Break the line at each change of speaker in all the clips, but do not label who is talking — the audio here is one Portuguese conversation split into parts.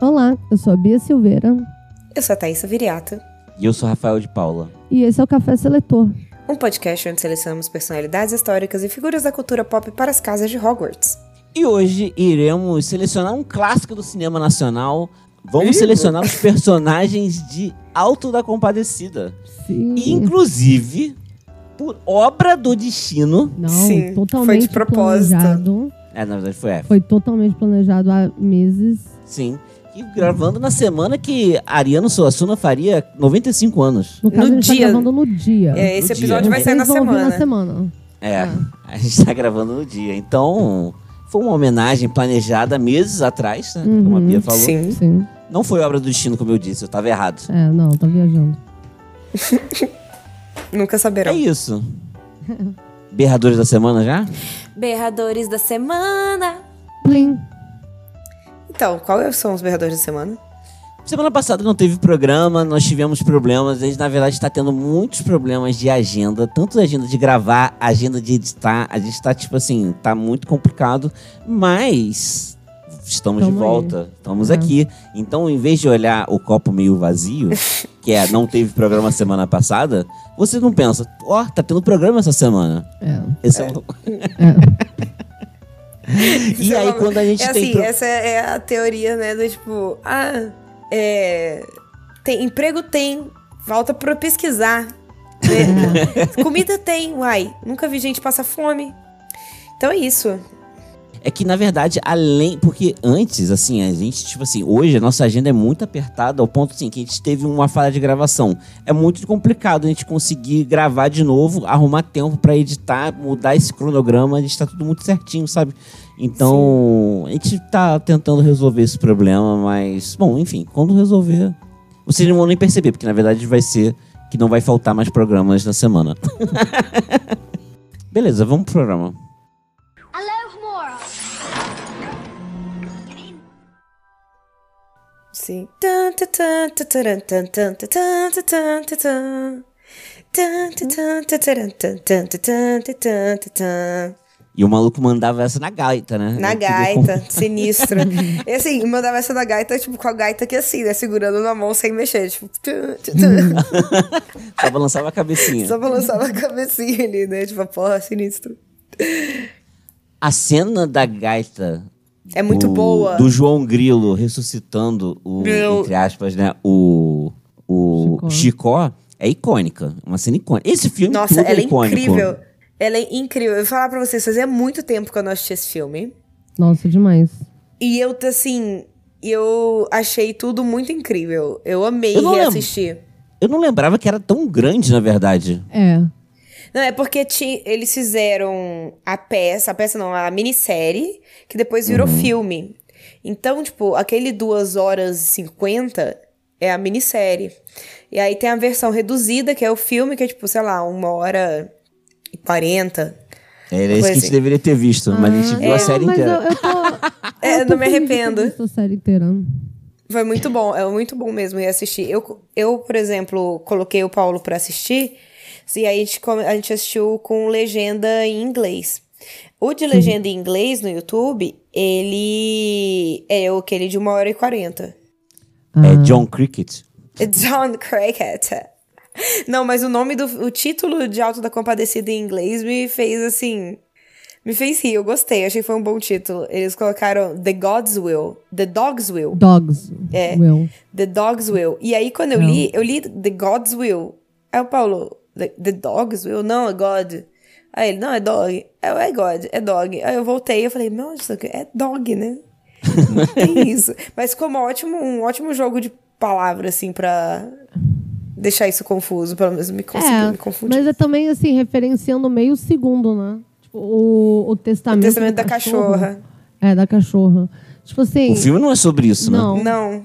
Olá, eu sou a Bia Silveira
Eu sou a Thaisa Viriato,
E eu sou Rafael de Paula.
e esse é o Café Seletor.
um podcast onde selecionamos personalidades históricas e figuras da cultura pop para as casas de Hogwarts.
E hoje iremos selecionar um clássico do cinema nacional. Vamos selecionar os personagens de Alto da Compadecida.
Sim.
Inclusive, por obra do destino.
Não,
Sim,
totalmente
foi de propósito.
planejado.
É, na verdade foi F.
Foi totalmente planejado há meses.
Sim. E gravando na semana que Ariano Suassuna faria 95 anos.
No caso,
No
a gente
dia.
tá gravando no dia.
É, esse
No dia.
episódio vai sair
Vocês
na
vão ouvir
semana.
na semana.
É,
Ah.
a gente tá gravando no dia. Então, foi uma homenagem planejada meses atrás, né? Como a
Uhum.
Bia falou.
Sim.
Sim.
Não foi obra do destino, como eu disse, eu tava errado.
É, não, tá viajando.
Nunca
É
saberão.
isso. Berradores da semana já?
Berradores da semana.
Plim.
Então, qual são os berradores da semana?
Semana passada não teve programa, nós tivemos problemas. A gente, na verdade, está tendo muitos problemas de agenda. Tanto agenda de gravar, agenda de editar. A gente tá, tipo assim, tá muito complicado. Mas estamos
Tamo
de
aí.
volta. Estamos
É.
aqui. Então, em vez de olhar o copo meio vazio, que é não teve programa semana passada, você não pensa, ó, tá tendo programa essa semana.
É.
Esse é, o- E aí, quando a gente
é
tem
assim,
pro-
essa é a teoria, né? Do tipo, ah, é. Tem, emprego tem, falta pra pesquisar. né? Comida tem, uai. Nunca vi gente passar fome. Então é isso.
É que, na verdade, além. Porque antes, assim, a gente, tipo assim, hoje a nossa agenda é muito apertada ao ponto assim, que a gente teve uma falha de gravação. É muito complicado a gente conseguir gravar de novo, arrumar tempo pra editar, mudar esse cronograma, a gente tá tudo muito certinho, sabe? Então, a gente tá tentando resolver esse problema, mas. Bom, enfim, quando resolver. Vocês não vão nem perceber, porque na verdade vai ser que não vai faltar mais programas na semana. Beleza, vamos pro programa.
Sim. assim. Tan, tan, tan, tan, taran, tan, tan, tan, tan, tan, tan, tan. Tan, tan, tan, tan, taran, tan, tan, tan, tan, tan, tan, tan, tan.
E o maluco mandava essa na gaita, né?
Na
Eu queria
gaita, sinistro. E assim, mandava essa na gaita, tipo, com a gaita aqui assim, né? Segurando na mão sem mexer. Tipo, tum, tum, tum.
com- Só balançava a cabecinha.
só balançava a cabecinha ali, né? Tipo, porra, sinistro.
A cena da gaita.
É muito
do-
boa.
Do João Grilo ressuscitando o.
Meu.
Entre aspas, né? O. O
Chicó.
Chicó. é icônica. Uma cena icônica. Esse filme
Nossa,
tudo
ela é
icônico. né?
incrível. Ela é incrível. Eu vou falar pra vocês, fazia muito tempo que eu não assisti esse filme.
Nossa, demais.
E eu, assim, eu achei tudo muito incrível. Eu amei
Eu não lembro.
reassistir.
Eu não lembrava que era tão grande, na verdade.
É.
Não, é porque ti- eles fizeram a peça, a peça não, a minissérie, que depois virou filme. Então, tipo, aquele 2 horas e 50 é a minissérie. E aí tem a versão reduzida, que é o filme, que é tipo, sei lá, uma hora e 40.
É, Era isso que a gente
Coisa.
deveria ter visto, mas a gente viu a
É,
série
mas
inteira.
Eu, eu tô.
É,
eu tô
não me
feliz de ter
arrependo.
visto a série inteira.
Foi muito bom, é muito bom mesmo reassistir. Eu, eu, por exemplo, coloquei o Paulo pra assistir, e aí a gente, come- a gente assistiu com legenda em inglês. O de legenda em inglês no YouTube, ele é o aquele de 1 hora e 40.
Ah.
É John Cricket.
É John Cricket. Não, mas o nome do o título de Alto da Compadecida em inglês me fez assim. Me fez rir, eu gostei, achei que foi um bom título. Eles colocaram The God's Will, The Dog's Will,
Dogs.
É.
Will.
The Dog's Will. E aí, quando eu
Não.
li, eu li The God's Will. Aí o Paulo, The, the Dog's Will? Não, é God. Aí ele, não, é dog. Aí eu, é God, é dog. Aí eu voltei, eu falei, nossa, é dog, né? Não tem isso. Mas ficou um ótimo, um ótimo jogo de palavras, assim, pra deixar isso confuso. Pelo menos me consegui
É,
me confundir.
Mas é também, assim, referenciando meio segundo, né? Tipo, o, o testamento.
O testamento
do
da
cachorro.
cachorra.
É, da cachorra. Tipo assim.
O filme não é sobre isso, né?
Não.
Não.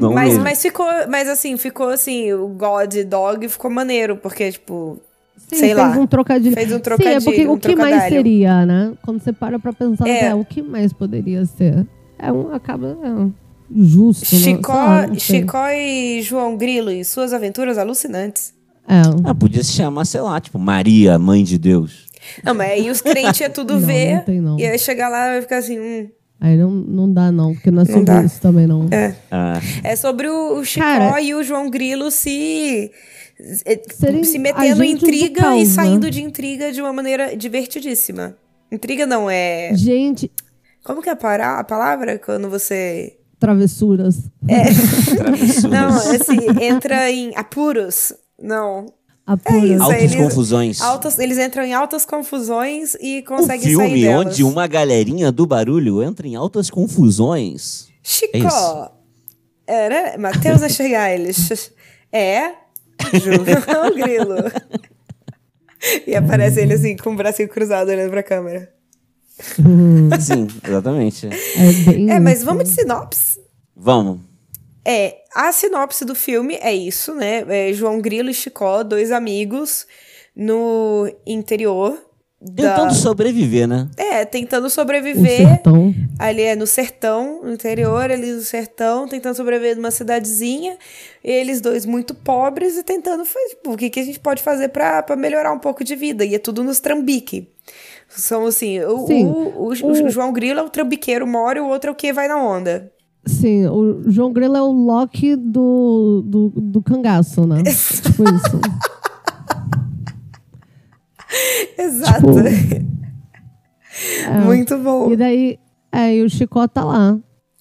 Não
Mas,
mesmo.
mas ficou, mas assim, ficou assim, o God Dog ficou maneiro, porque, tipo,
Sim,
sei
fez
lá.
um trocadilho.
Fez um
Sim, é
trocadilho,
porque
um
o que mais
trocadalho.
seria, né? Quando você para pra pensar,
É.
é. o que mais poderia ser? É um, acaba é um justo. né?
Chicó,
Sei lá, não sei.
Chicó e João Grilo e suas aventuras alucinantes.
É.
Ah, podia se chamar, sei lá, tipo, Maria, Mãe de Deus.
Não, mas aí os crentes é tudo
Não,
ver.
não tem, não.
E aí chegar lá e vai ficar assim, hum.
Aí não, não dá, não, porque não é sobre
dá.
isso também, não.
Ah,
É sobre o, o Chicó
Cara-
e o João Grilo se eh,
Serem
se metendo em
agentes do
intriga
caos,
e
né?
saindo de intriga de uma maneira divertidíssima. Intriga não é.
Gente,
Como que é a, pará- a palavra quando você.
travessuras.
travessuras.
Não, assim, entra em apuros. Não.
Apuras.
É isso.
Altas
eles-
confusões.
Altas, eles entram em altas confusões e
O
conseguem sair
filme
delas.
onde uma galerinha do barulho entra em altas confusões. É isso.
Chicó. Era Matheus Enxergailes. né? É João Grilo. E aparece ele assim, com o bracinho cruzado olhando pra câmera.
Sim, exatamente.
É, bem
Uhum.
É, mas
isso.
vamos de sinopse?
Vamos.
É, a sinopse do filme é isso, né? É João Grilo e Chicó, dois amigos no interior. Da...
Tentando sobreviver, né?
É, tentando
O
sobreviver.
um sertão.
Ali é no sertão, no interior, ali no sertão, tentando sobreviver numa cidadezinha. Eles dois muito pobres e tentando, fa- tipo, o que, que a gente pode fazer pra pra melhorar um pouco de vida? E é tudo nos trambique. São assim, o,
Sim,
o- o-
o-
o João Grilo é o trambiqueiro mora e o outro é o que vai na onda.
Sim, o João Grilo é o Loki do, do, do cangaço, né? tipo isso.
Exato. Muito bom.
Tipo, é. E daí, é, e o Chicó tá lá.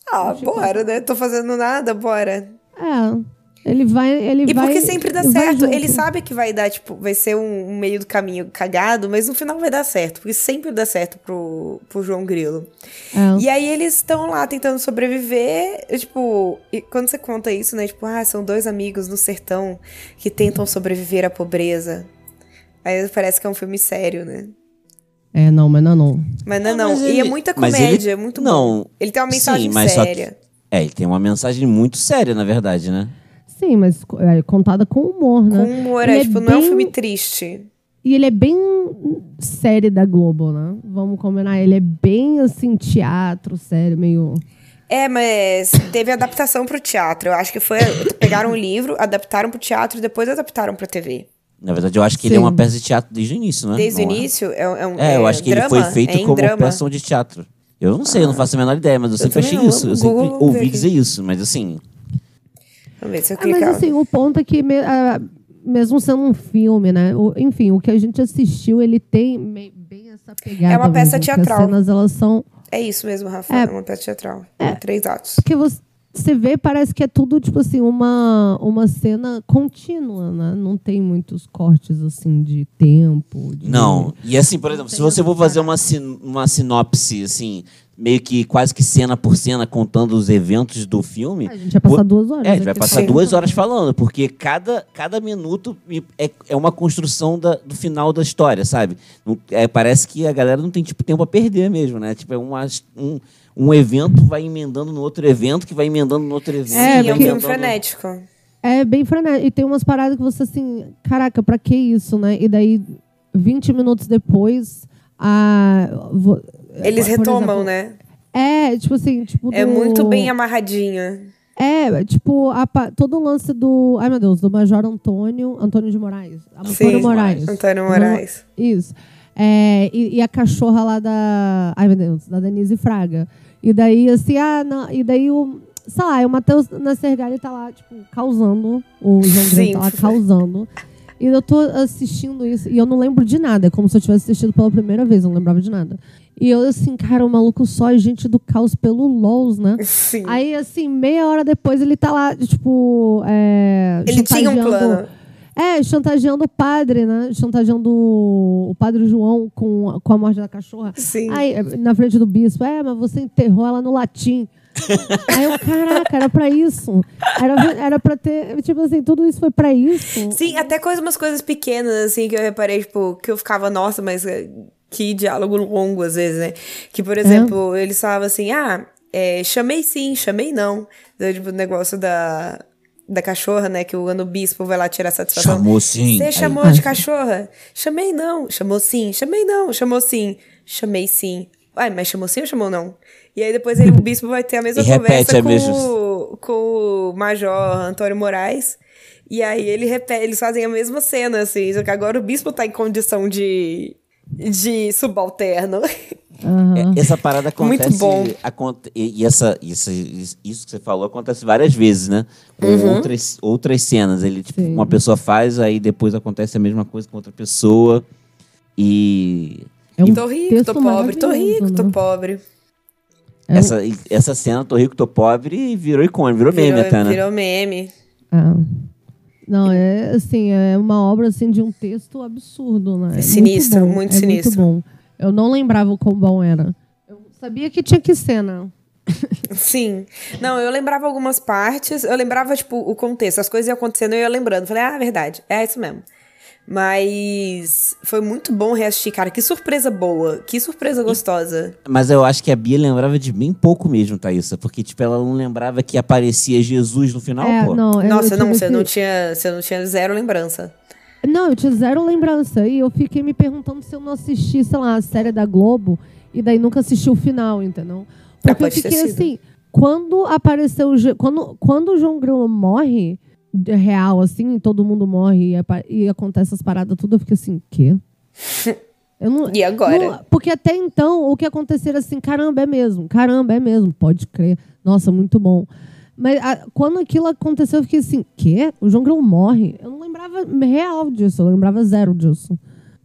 Ah, bora, né? Tô fazendo nada, bora.
É. Ele vai. Ele
E
vai,
porque sempre dá
vai
certo.
junto.
Ele sabe que vai dar, tipo, vai ser um, um meio do caminho cagado, mas no final vai dar certo. Porque sempre dá certo pro, pro João Grilo.
É.
E aí eles estão lá tentando sobreviver. e, tipo, e quando você conta isso, né? Tipo, ah, são dois amigos no sertão que tentam sobreviver à pobreza. Aí parece que é um filme sério, né?
É, não, mas não, não.
Mas não,
Ah,
não.
mas
e é
ele-
muita
mas ele-
comédia, é muito
não.
bom. Ele tem uma
Sim,
mensagem
mas só-
séria.
É, ele tem uma mensagem muito séria, na verdade, né?
Sim, mas co- é, contada com humor,
Com
né?
humor,
Ele
é,
é
tipo, não é um
bem-
filme triste.
E ele é bem série da Globo, né? Vamos combinar. Ele é bem assim, teatro, sério, meio.
É, mas teve adaptação pro teatro. Eu acho que foi. Pegaram o livro, adaptaram pro teatro e depois adaptaram pra TV.
Na verdade, eu acho que ele é
Sim.
uma peça de teatro desde o início, né?
Desde o
Não é?
início, é, um- é um.
É, eu acho que ele foi
drama, é
feito
em
como
drama.
peça de teatro. Eu não sei, eu não faço a menor ideia, mas eu, sempre
também
achei
não,
isso. Eu
o
sempre
Google vamos ver
ouvi
aqui.
dizer isso, mas assim.
Vamos ver se eu
Ah, mas
clicar.
assim, o ponto é que, me- ah, mesmo sendo um filme, né? O- enfim, o que a gente assistiu, ele tem me- bem essa pegada.
É uma peça
mesmo, que
teatral.
As cenas, elas são.
É isso mesmo, Rafa. É,
É.
uma peça teatral. Três atos.
Porque você. Você vê, parece que é tudo, tipo assim, uma, uma cena contínua, né? Não tem muitos cortes, assim, de tempo. de-
Não. E assim, por exemplo, se você for fazer uma, sin- uma sinopse, assim, meio que quase que cena por cena, contando os eventos do filme.
A gente vai passar
vo-
duas horas.
É, a gente
aqui
vai passar
falando.
duas horas falando, porque cada, cada minuto me- é, é uma construção da- do final da história, sabe? Não- é, parece que a galera não tem tipo, tempo a perder mesmo, né? Tipo, é uma- um, um evento vai emendando no outro evento, que vai emendando no outro evento.
Sim,
É,
vai
é, um
porque-
filme
emendando-
frenético.
É bem frenético. E tem umas paradas que você assim, caraca, pra que isso, né? E daí, 20 minutos depois, a. vo- é,
Eles
por
retomam,
exemplo,
né?
É, tipo assim, tipo.
É
do-
muito bem amarradinho.
É, tipo, a pa- todo o lance do. Ai, meu Deus, do Major Antônio. Antônio de Moraes. Antônio Moraes.
Antônio
Não-
Moraes.
Isso. É, e, e a cachorra lá da. Ai, meu Deus, da Denise Fraga. E daí, assim, ah, não, e daí o. Sei lá, o Matheus Nascergalho tá lá, tipo, causando. O João Grilo
Sim.
tá lá causando. E eu tô assistindo isso e eu não lembro de nada. É como se eu tivesse assistido pela primeira vez, eu não lembrava de nada. E eu assim, cara, o maluco só é gente do caos pelo LOLs, né?
Sim.
Aí, assim, meia hora depois ele tá lá, tipo. É,
Ele tinha um
chantageando-
plano.
É, chantageando o padre, né? Chantageando o padre João com, com a morte da cachorra.
Sim.
Aí, na frente do bispo, é, mas você enterrou ela no latim. Aí eu, caraca, era pra isso. Era, era pra ter. Tipo assim, tudo isso foi pra isso.
uhum.
Sim, até coisa, umas coisas pequenas, assim, que eu reparei, tipo, que eu ficava, nossa, mas eh, que diálogo longo às vezes, né? Que,
Hum.
por exemplo, eles falavam assim, ah, eh, chamei sim, chamei não. Do, tipo, o negócio da, da cachorra, né? Que o ano bispo vai lá tirar satisfação.
Chamou sim.
Você
Aí-
chamou de cachorra? Chamei não. Chamou sim. Chamei não. Chamou sim. Chamei sim. Ai, mas chamou sim ou chamou não? E aí depois ele, o bispo vai ter a mesma
E repete é
conversa
a mesma-
com, o- com o Major Antônio Moraes. E aí ele repete, eles fazem a mesma cena, assim. Só que agora o bispo tá em condição de, de subalterno.
Aham.
É, Essa parada
Muito
acontece.
bom.
aconte- e e essa, isso, isso que você falou acontece várias vezes, né? Com outras, outras cenas. Ele, tipo,
Sim.
uma pessoa faz, aí depois acontece a mesma coisa com outra pessoa. E
É um
tô rico,
texto
tô pobre, tô
maravilhoso,
rico, tô
né?
pobre.
É um-
essa, e- essa cena, Tô Rico, Tô Pobre, virou icônico, virou, meme até, né?
virou meme.
Ah. Não, é assim, é uma obra assim de um texto absurdo, né? É
Sinistro,
bom,
muito
é
sinistro.
Muito bom. Eu não lembrava o quão bom era. Eu sabia que tinha que ser, né?
Sim. Não, eu lembrava algumas partes, eu lembrava, tipo, o contexto, as coisas iam acontecendo, eu ia lembrando. Falei, ah, verdade, é isso mesmo. Mas foi muito bom reassistir, cara. Que surpresa boa, que surpresa gostosa.
Mas eu acho que a Bia lembrava de bem pouco mesmo, Thaísa. Porque, tipo, ela não lembrava que aparecia Jesus no final,
é,
pô.
não, eu-
Nossa,
eu
não,
tive
você
esse-
não tinha, você não tinha zero lembrança.
Não, eu tinha zero lembrança. E eu fiquei me perguntando se eu não assisti, sei lá, a série da Globo e daí nunca assisti o final, entendeu?
Ah,
Porque eu
pode ter
fiquei
sido.
assim, quando apareceu o Je- quando quando o João Grilo morre de real assim, todo mundo morre e, apa- e acontece essas paradas tudo, eu fiquei assim, quê? Eu não,
E agora?
não, porque até então, o que acontecer era assim, caramba, é mesmo, caramba, é mesmo, pode crer. Nossa, muito bom. Mas a- quando aquilo aconteceu, eu fiquei assim, quê? O João Grilo morre? Eu não lembrava real disso, eu lembrava zero disso.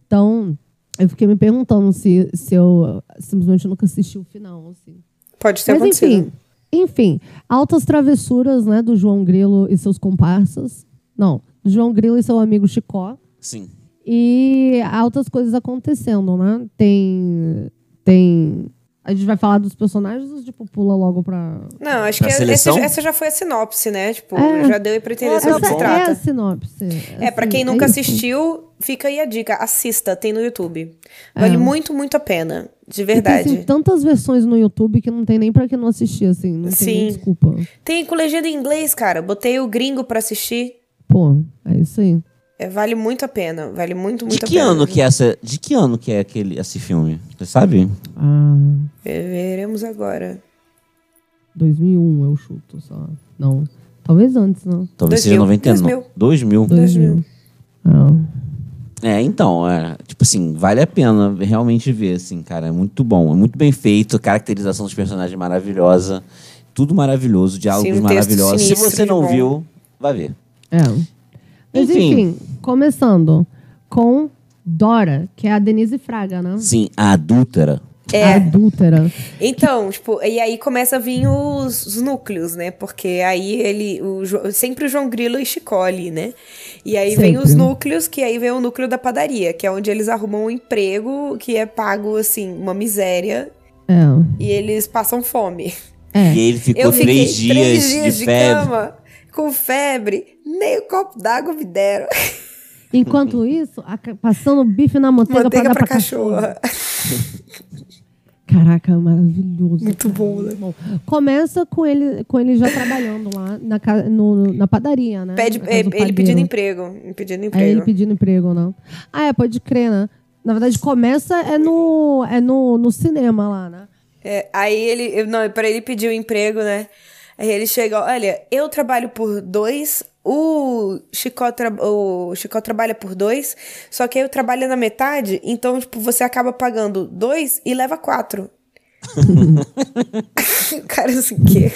Então, eu fiquei me perguntando se, se eu simplesmente nunca assisti o final, assim.
Pode ter
Mas
acontecido.
enfim, enfim, altas travessuras, né, do João Grilo e seus comparsas. Não, do João Grilo e seu amigo Chicó
Sim.
e altas coisas acontecendo, né? Tem. Tem. A gente vai falar dos personagens ou tipo, pula logo pra.
Não, acho
Pra
que essa,
seleção?
essa já foi a sinopse, né? Tipo,
É.
já deu pra entender
É,
sobre o que
Essa
se
bom.
é a
trata.
sinopse.
É, pra
assim,
quem nunca
isso.
assistiu, fica aí a dica. Assista, tem no YouTube. Vale
É.
muito, muito a pena. De
E
verdade.
Tem assim, tantas versões no YouTube que não tem nem pra quem não assistir, assim. Não tem nem
Sim.
desculpa.
Tem com legenda em inglês, cara. Botei o gringo pra assistir.
Pô, é isso aí.
É, vale muito a pena. Vale muito,
De
muito a
que
pena.
ano que é essa? De que ano que é aquele, esse filme? Você sabe?
Ah,
Ve- Veremos agora.
2001 eu chuto, sei lá. Não. Talvez antes, não.
Talvez
2000.
seja 99. 2000.
2000. Ah.
É, então, é, tipo assim, vale a pena realmente ver, assim, cara. É muito bom, é muito bem feito, caracterização dos personagens maravilhosa, tudo maravilhoso, diálogos
Sim, um texto
maravilhosos. Se
sinistro
você
de
não
bom.
viu, vai ver.
É. Mas, enfim.
Enfim.
começando com Dora, que é a Denise Fraga, né?
Sim, a adúltera.
É.
A adúltera.
Então, tipo, e aí começa a vir os, os núcleos, né? Porque aí ele. O, Jo- sempre o João Grilo e Chicó ali, né? E aí vem
Sempre.
os núcleos, que aí vem o núcleo da padaria, que é onde eles arrumam um emprego que é pago, assim, uma miséria.
É.
E eles passam fome.
É.
E ele ficou
Eu fiquei
três, dias de, febre.
cama, com febre, nem o copo d'água me deram.
Enquanto isso, a ca- passando bife na manteiga,
Manteiga
pra,
pra,
dar pra
cachorra. É
Caraca, maravilhoso.
Muito bom, né?
Bom, começa com ele, com ele já trabalhando lá na, ca- no- na padaria, né?
Pede,
Na casa
é,
do
ele
padeiro.
pedindo emprego. Pedindo
É ele
emprego.
pedindo emprego, não. Ah, é, pode crer, né? Na verdade, começa é no, é no, no cinema lá, né?
É, aí ele. eu- Não, pra ele pedir o emprego, né? Aí ele chega, olha, eu trabalho por dois, o Chicó, tra- o Chicó trabalha por dois, só que aí eu trabalho na metade, então, tipo, você acaba pagando dois e leva quatro. o cara assim, quê?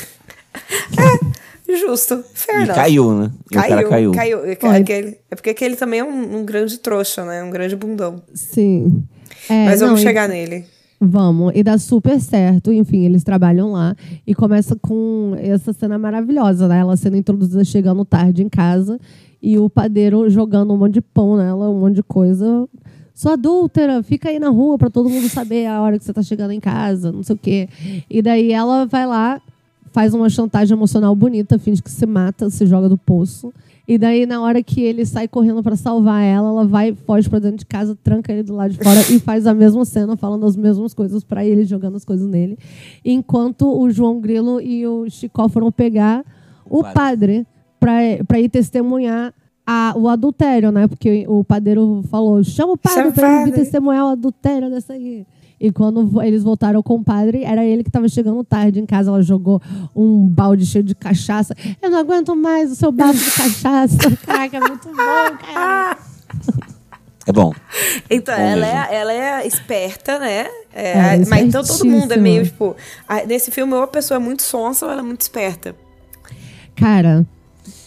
Justo. Fair
E
enough.
caiu, né? E o cara caiu.
caiu. É, que-
Olha.
aquele- é porque aquele também é um, um grande trouxa, né? Um grande bundão.
Sim. É,
Mas vamos
não, e-
chegar nele.
Vamos, e dá super certo. Enfim, eles trabalham lá e começa com essa cena maravilhosa, né? Ela sendo introduzida chegando tarde em casa e o padeiro jogando um monte de pão nela, um monte de coisa. Sua adúltera, fica aí na rua pra todo mundo saber a hora que você tá chegando em casa, não sei o quê. E daí ela vai lá, faz uma chantagem emocional bonita, finge que se mata, se joga do poço. E daí, na hora que ele sai correndo pra salvar ela, ela vai, foge pra dentro de casa, tranca ele do lado de fora e faz a mesma cena, falando as mesmas coisas pra ele, jogando as coisas nele. Enquanto o João Grilo e o Chicó foram pegar o padre, pra pra ir testemunhar a- o adultério, né? Porque o padeiro falou: chama o padre
Chama o
pra ele vir
padre."
testemunhar o adultério dessa aí. E quando vo- eles voltaram com o padre, era ele que tava chegando tarde em casa. Ela jogou um balde cheio de cachaça. Eu não aguento mais o seu balde de cachaça. Caraca, é muito bom, cara.
É bom.
Então,
Bom
ela
mesmo.
é, ela é esperta, né? É,
É,
a- mas então todo mundo é
espertíssima.
meio, tipo... a- nesse filme, ou a pessoa é muito sonsa ou ela é muito esperta.
Cara,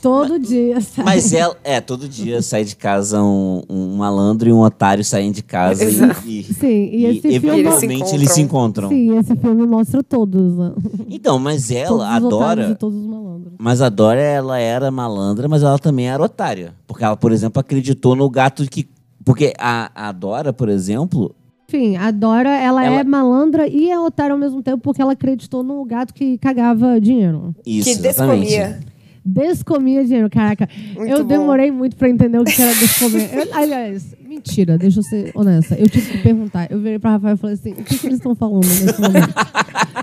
todo dia, sabe?
Mas ela, é, todo dia sai de casa um, um malandro e um otário saindo de casa e-
Exato.
e,
Sim, e
eles
esse filme.
se
eventualmente eles se encontram.
Sim, esse filme mostra todos. Né?
Então, mas
todos
ela,
os otários
adora.
e todos os malandros.
Mas a Dora, ela era malandra, mas ela também era otária. Porque ela, por exemplo, acreditou no gato que. Porque a, a Dora, por exemplo.
Enfim, a Dora, ela,
Ela-
é malandra e é otária ao mesmo tempo porque ela acreditou no gato que cagava dinheiro.
Isso,
que
exatamente.
descomia.
Descomia dinheiro, caraca.
Muito
eu
bom.
demorei muito pra entender o que era descomer. Eu, aliás, mentira, deixa eu ser honesta. Eu tive que perguntar. Eu virei pra Rafael e falei assim: o que, que eles estão falando nesse momento?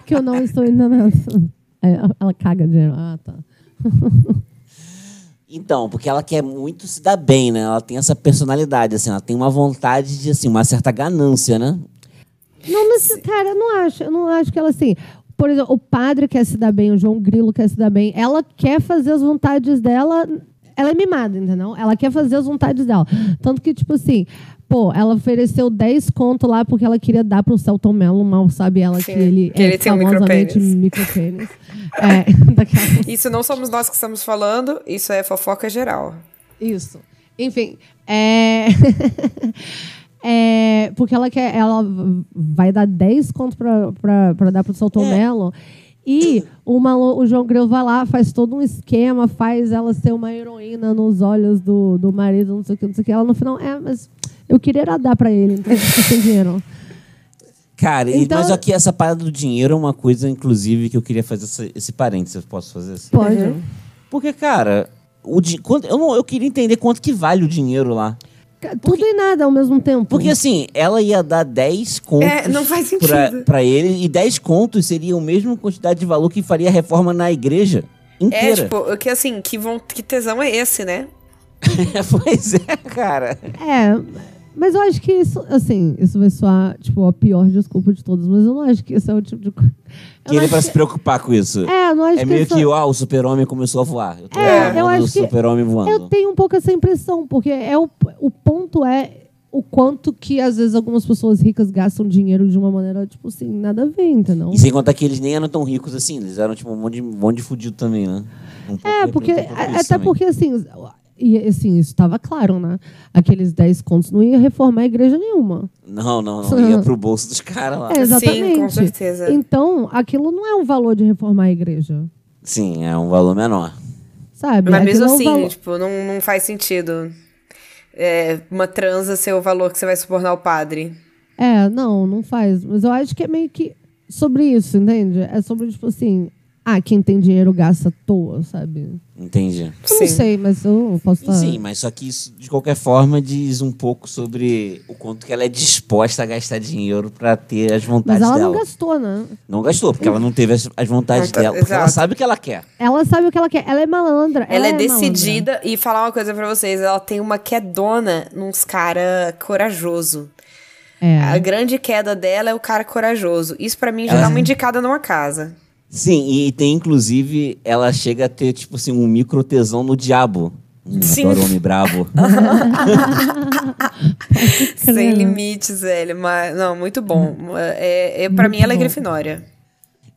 que eu não estou entendendo. Aí Ela, ela caga dinheiro. Ah, tá.
Então, porque ela quer muito se dar bem, né? Ela tem essa personalidade, assim, ela tem uma vontade de, assim, uma certa ganância, né?
Não, mas, cara, eu não acho. Eu não acho que ela assim. Por exemplo, o padre quer se dar bem, o João Grilo quer se dar bem. Ela quer fazer as vontades dela. Ela é mimada, entendeu? Ela quer fazer as vontades dela. Tanto que, tipo assim, pô, ela ofereceu 10 conto lá É porque ela queria dar pro Celton Mello, mal sabe ela que
Sim,
ele
que
é
ele tem um
famosamente
micropênis.
micropênis. é, daquela
Isso não somos nós que estamos falando, isso é fofoca geral.
Isso. Enfim, é... é, Porque ela quer. Ela vai dar 10 conto pra, pra, pra dar pro Salton Mello. E o, malo, o João Grilo vai lá, faz todo um esquema, faz ela ser uma heroína nos olhos do, do marido, não sei o que, não sei o que. Ela no final, é, mas eu queria era dar pra ele, então eu tenho dinheiro.
Cara, e-
Então-
mas aqui essa parada do dinheiro é uma coisa, inclusive, que eu queria fazer esse, esse parênteses. Eu posso fazer assim?
Uhum.
Pode.
Porque, cara, o di- quanto- eu, não- eu queria entender quanto que vale o dinheiro lá.
Tudo e nada ao mesmo tempo.
Porque, assim, ela ia dar 10 contos
Hum. É, não faz sentido.
pra, pra ele, e 10 contos seria a mesma quantidade de valor que faria a reforma na igreja
É,
inteira.
tipo, que assim, que, vão, que tesão é esse, né?
pois é, cara.
É, mas eu acho que isso, assim, isso vai soar, tipo, a pior desculpa de todas, mas eu não acho que isso é o tipo de coisa. Eu
Que
não
ele
acho
pra se preocupar com isso.
que- É, eu não acho
É
que
meio
isso-
que, ó, o super-homem começou a voar. Eu tô
É, eu
falando
acho
do
que-
super-homem
Eu
voando.
tenho um pouco essa impressão, porque é o, o ponto é o quanto que, às vezes, algumas pessoas ricas gastam dinheiro de uma maneira, tipo assim, nada a ver, entendeu?
E sem contar que eles nem eram tão ricos assim. Eles eram, tipo, um monte de, um monte de fudido também, né? Um pouco
É, porque.
representa um pouco
a-
isso
Até
também.
porque, assim. E assim, isso estava claro, né? Aqueles 10 contos não ia reformar a igreja nenhuma.
Não, não, não. Ia pro bolso dos caras lá.
É, exatamente.
Ah, Sim, com certeza.
Então, aquilo não é um valor de reformar a igreja.
Sim, é um valor menor.
Sabe?
Mas mesmo
Aquilo é um
assim,
valor-
tipo, não, não faz sentido é, uma transa ser o valor que você vai subornar o padre.
É, não, não faz. Mas eu acho que é meio que sobre isso, entende? É sobre, tipo assim, ah, quem tem dinheiro gasta à toa, sabe? Eu
Entendi.
não sei, mas eu posso estar.
Sim, mas só que isso, de qualquer forma, diz um pouco sobre o quanto que ela é disposta a gastar dinheiro pra ter as
Mas
vontades
ela
dela.
não gastou, né?
Não gastou, porque ela não teve as, as vontades
Não tá-
dela. Porque ela
exato.
sabe o que ela quer.
Ela sabe o que ela quer. Ela é malandra.
Ela é,
malandra.
decidida e falar uma coisa pra vocês, ela tem uma quedona nos cara corajoso. A
É.
grande queda dela é o cara corajoso. Isso pra mim já dá uma indicada numa casa.
Sim, e tem inclusive, ela chega a ter, tipo assim, um micro tesão no diabo. Hum,
Sim.
Adoro homem bravo.
Sem
Caramba.
limites, velho. Mas, não, muito bom. É, é, pra
Muito
mim ela é
bom.
Grifinória.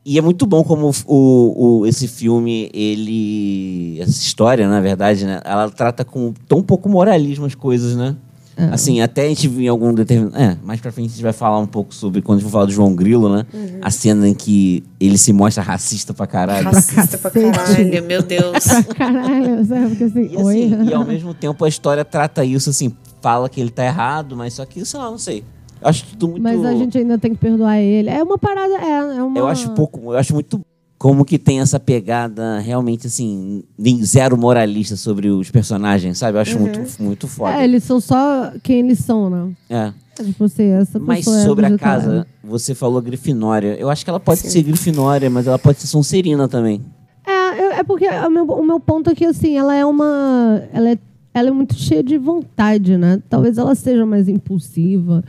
E é muito bom como o, o- esse filme, ele. Essa história, na verdade, né? Ela trata com tão pouco moralismo as coisas, né?
É.
Assim, até a gente viu em algum determinado. É, mais pra frente a gente vai falar um pouco sobre. Quando a gente for falar do João Grilo, né?
Uhum.
A cena em que ele se mostra racista pra caralho.
Racista pra caralho, meu Deus.
Caralho, sabe? Porque assim,
E,
oi.
assim, e ao mesmo tempo a história trata isso assim, fala que ele tá errado, mas só que, sei lá, não sei. Eu acho tudo muito.
Mas a gente ainda tem que perdoar ele. É uma parada, é, é uma...
Eu acho pouco. Eu acho muito. Como que tem essa pegada realmente assim, nem- zero moralista sobre os personagens, sabe? Eu acho muito, muito foda.
É, eles são só quem eles são, né?
É.
É Tipo assim, essa
Mas
pessoa é
sobre a
do caralho.
casa, você falou Grifinória. Eu acho que ela pode ser Grifinória, mas ela pode ser Sonserina também.
É, eu- é porque o meu, o meu ponto aqui, assim, ela é uma. Ela é, ela é muito cheia de vontade, né? Talvez ela seja mais impulsiva.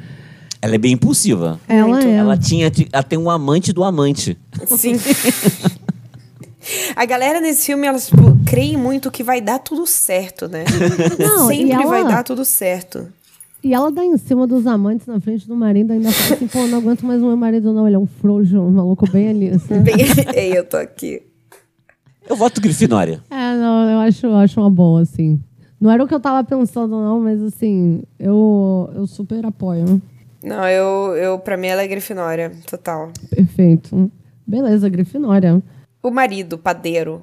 Ela é bem impulsiva.
Ela é.
Ela, tinha, ela tem um amante do amante.
Sim. A galera nesse filme, elas tipo, creem muito que vai dar tudo certo, né?
Não, e
Sempre
ela-
vai dar tudo certo.
E ela dá em cima dos amantes na frente do marido, ainda fala assim, pô, não aguento mais o meu marido, não. Ele é um frouxo, um maluco bem ali. Assim.
Bem, ei, eu tô aqui.
Eu voto Grifinória.
É, não, eu acho, eu acho uma boa, assim. Não era o que eu tava pensando, não, mas assim, eu, eu super apoio.
Não, eu, eu pra mim ela é Grifinória, total.
Perfeito. Beleza, Grifinória.
O marido, padeiro.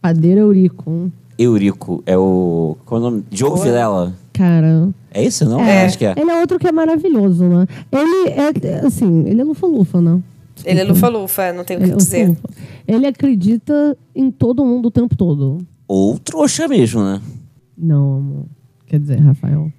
Padeiro Eurico.
Eurico é o. Qual é o nome? Diogo Vilela.
Cara,
É isso, não? Acho que é.
Ele é outro que é maravilhoso, né? Ele é, assim, ele é lufa-lufa, né?
Ele é lufa-lufa, não tenho o
Ele
que
é
dizer.
lufa-lufa. Ele acredita em todo mundo o tempo todo.
Ou trouxa mesmo, né?
Não, amor. Quer dizer, Rafael.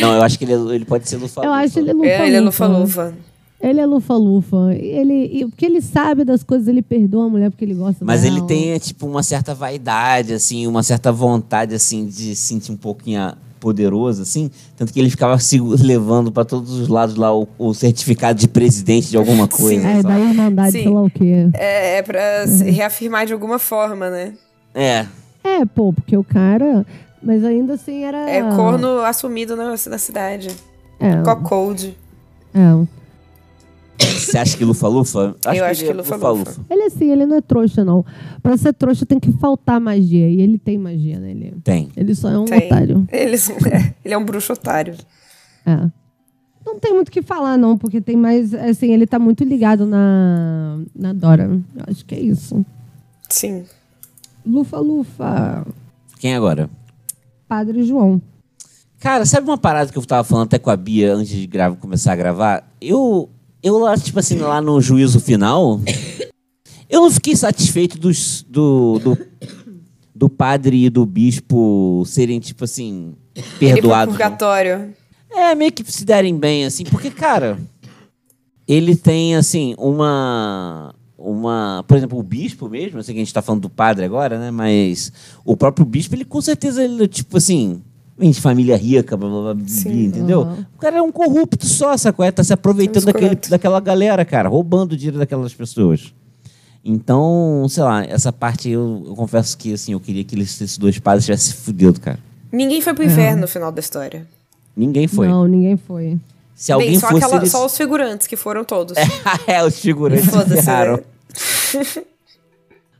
Não, eu acho que ele, é- ele pode ser Lufa.
Eu acho ele lufa-lufa.
É, ele é lufa-lufa.
Ele é lufa-lufa. E Ele, e, porque ele sabe das coisas, ele perdoa a mulher porque ele gosta
Mas
dela.
ele tem, é, tipo, uma certa vaidade, assim, uma certa vontade, assim, de se sentir um pouquinho ah, poderoso, assim. Tanto que ele ficava se levando pra todos os lados lá o, o certificado de presidente de alguma coisa.
É, da
sabe?
irmandade,
Sim.
sei lá o quê.
É, é pra se
Hum.
reafirmar de alguma forma, né?
é.
É, pô, porque o cara. Mas ainda assim era.
É corno assumido na, na cidade.
É,
Cocold.
é.
Você acha que Lufa-Lufa?
Eu acho
ele
que
é
Lufa-Lufa.
Ele assim, ele não é trouxa, não. Pra ser trouxa tem que faltar magia. E ele tem magia nele.
Tem.
Ele só é um
Tem.
otário.
Ele, ele é um bruxo otário.
É. Não tem muito o que falar, não, porque tem mais. Assim, ele tá muito ligado na, na Dora. Eu acho que é isso.
Sim.
Lufa, lufa.
Quem agora?
Padre João.
Cara, sabe uma parada que eu tava falando até com a Bia antes de grava- começar a gravar? Eu, eu lá, tipo assim, lá no juízo final, eu não fiquei satisfeito dos, do, do, do padre e do bispo serem, tipo assim,
Ele pro
perdoados. não.
purgatório.
É, meio que se derem bem, assim, porque, cara, ele tem, assim, uma. Uma. Por exemplo, o bispo mesmo, eu sei que a gente tá falando do padre agora, né? Mas o próprio bispo, ele com certeza, ele, tipo assim. Vem de família rica, blá, blá, blá, blá, entendeu? O cara é um corrupto só, sacou? É, Tá se aproveitando
Escroto.
daquele, daquela galera, cara, roubando o dinheiro daquelas pessoas. Então, sei lá, essa parte eu, eu confesso que, assim, eu queria que eles, esses dois padres tivessem se fudido, cara.
Ninguém
É.
foi pro inferno no final da história.
Ninguém foi.
Não, ninguém foi.
Se alguém
Bem, só,
fosse.
aquela-
eles-
só os figurantes que foram todos.
é, os figurantes
Foda-se,
ferraram.
né?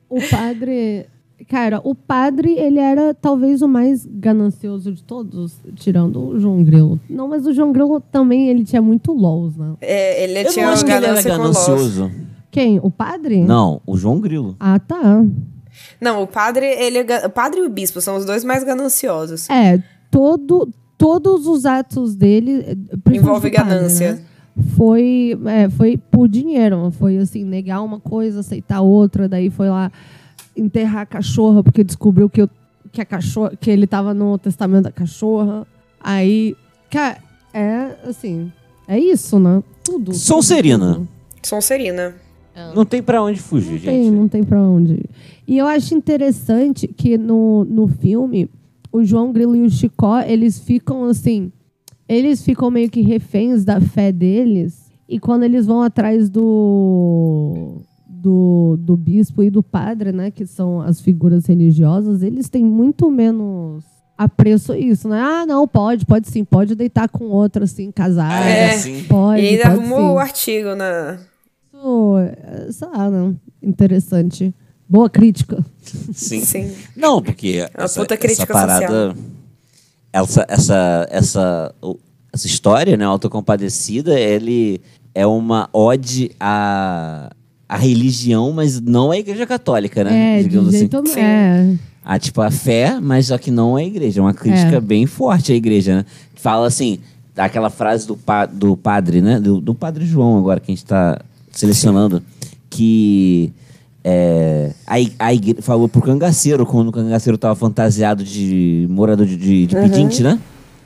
O padre. Cara, o padre, ele era talvez o mais ganancioso de todos, tirando o João Grilo. Não, mas o João Grilo também, ele tinha muito LOLs, né?
É, ele
Eu
tinha
não acho que ele era
ganância com o Lost.
ganancioso.
Quem? O padre?
Não, o João Grilo.
Ah, tá.
Não, o padre, ele é ga- o padre e o bispo são os dois mais gananciosos.
É, todo, todos os atos dele. eh, principalmente
Envolve
do padre,
ganância.
né, Foi, é, foi por dinheiro. Foi assim, negar uma coisa, aceitar outra. Daí foi lá enterrar a cachorra, porque descobriu que, eu- que, a cachorra, que ele tava no testamento da cachorra. Aí. Cara, é assim. É isso, né? Tudo.
Sonserina.
tudo, tudo.
Sonserina.
Não tem pra onde fugir,
Ah. Não tem, né?
gente.
não tem pra onde. ir. E eu acho interessante que no, no filme, o João Grilo e o Chicó, eles ficam assim. Eles ficam meio que reféns da fé deles. E quando eles vão atrás do. Do, do bispo e do padre, né? Que são as figuras religiosas, eles têm muito menos apreço a isso, né? Ah, não, pode, pode sim, pode deitar com outro, assim, casar.
É.
sim.
Pode,
e ainda
pode
arrumou
sim.
o artigo na.
Isso, é, sei lá, não. Interessante. Boa crítica.
Sim. É
Sim.
Não, porque
uma
essa,
puta crítica
essa parada, essa essa essa o- essa história, né, autocompadecida, ele é uma ode à, à religião, mas não à igreja católica, né?
É, de jeito
assim.
algum.
Sim.
É.
A, tipo, a fé, mas só que não a igreja. É uma crítica
É.
bem forte à igreja, né? Fala assim, aquela frase do, pa- do padre, né? Do, do padre João, agora, que a gente tá selecionando, que é, a, i- a igreja falou pro cangaceiro, quando o cangaceiro tava fantasiado de morador de, de- de pedinte, né?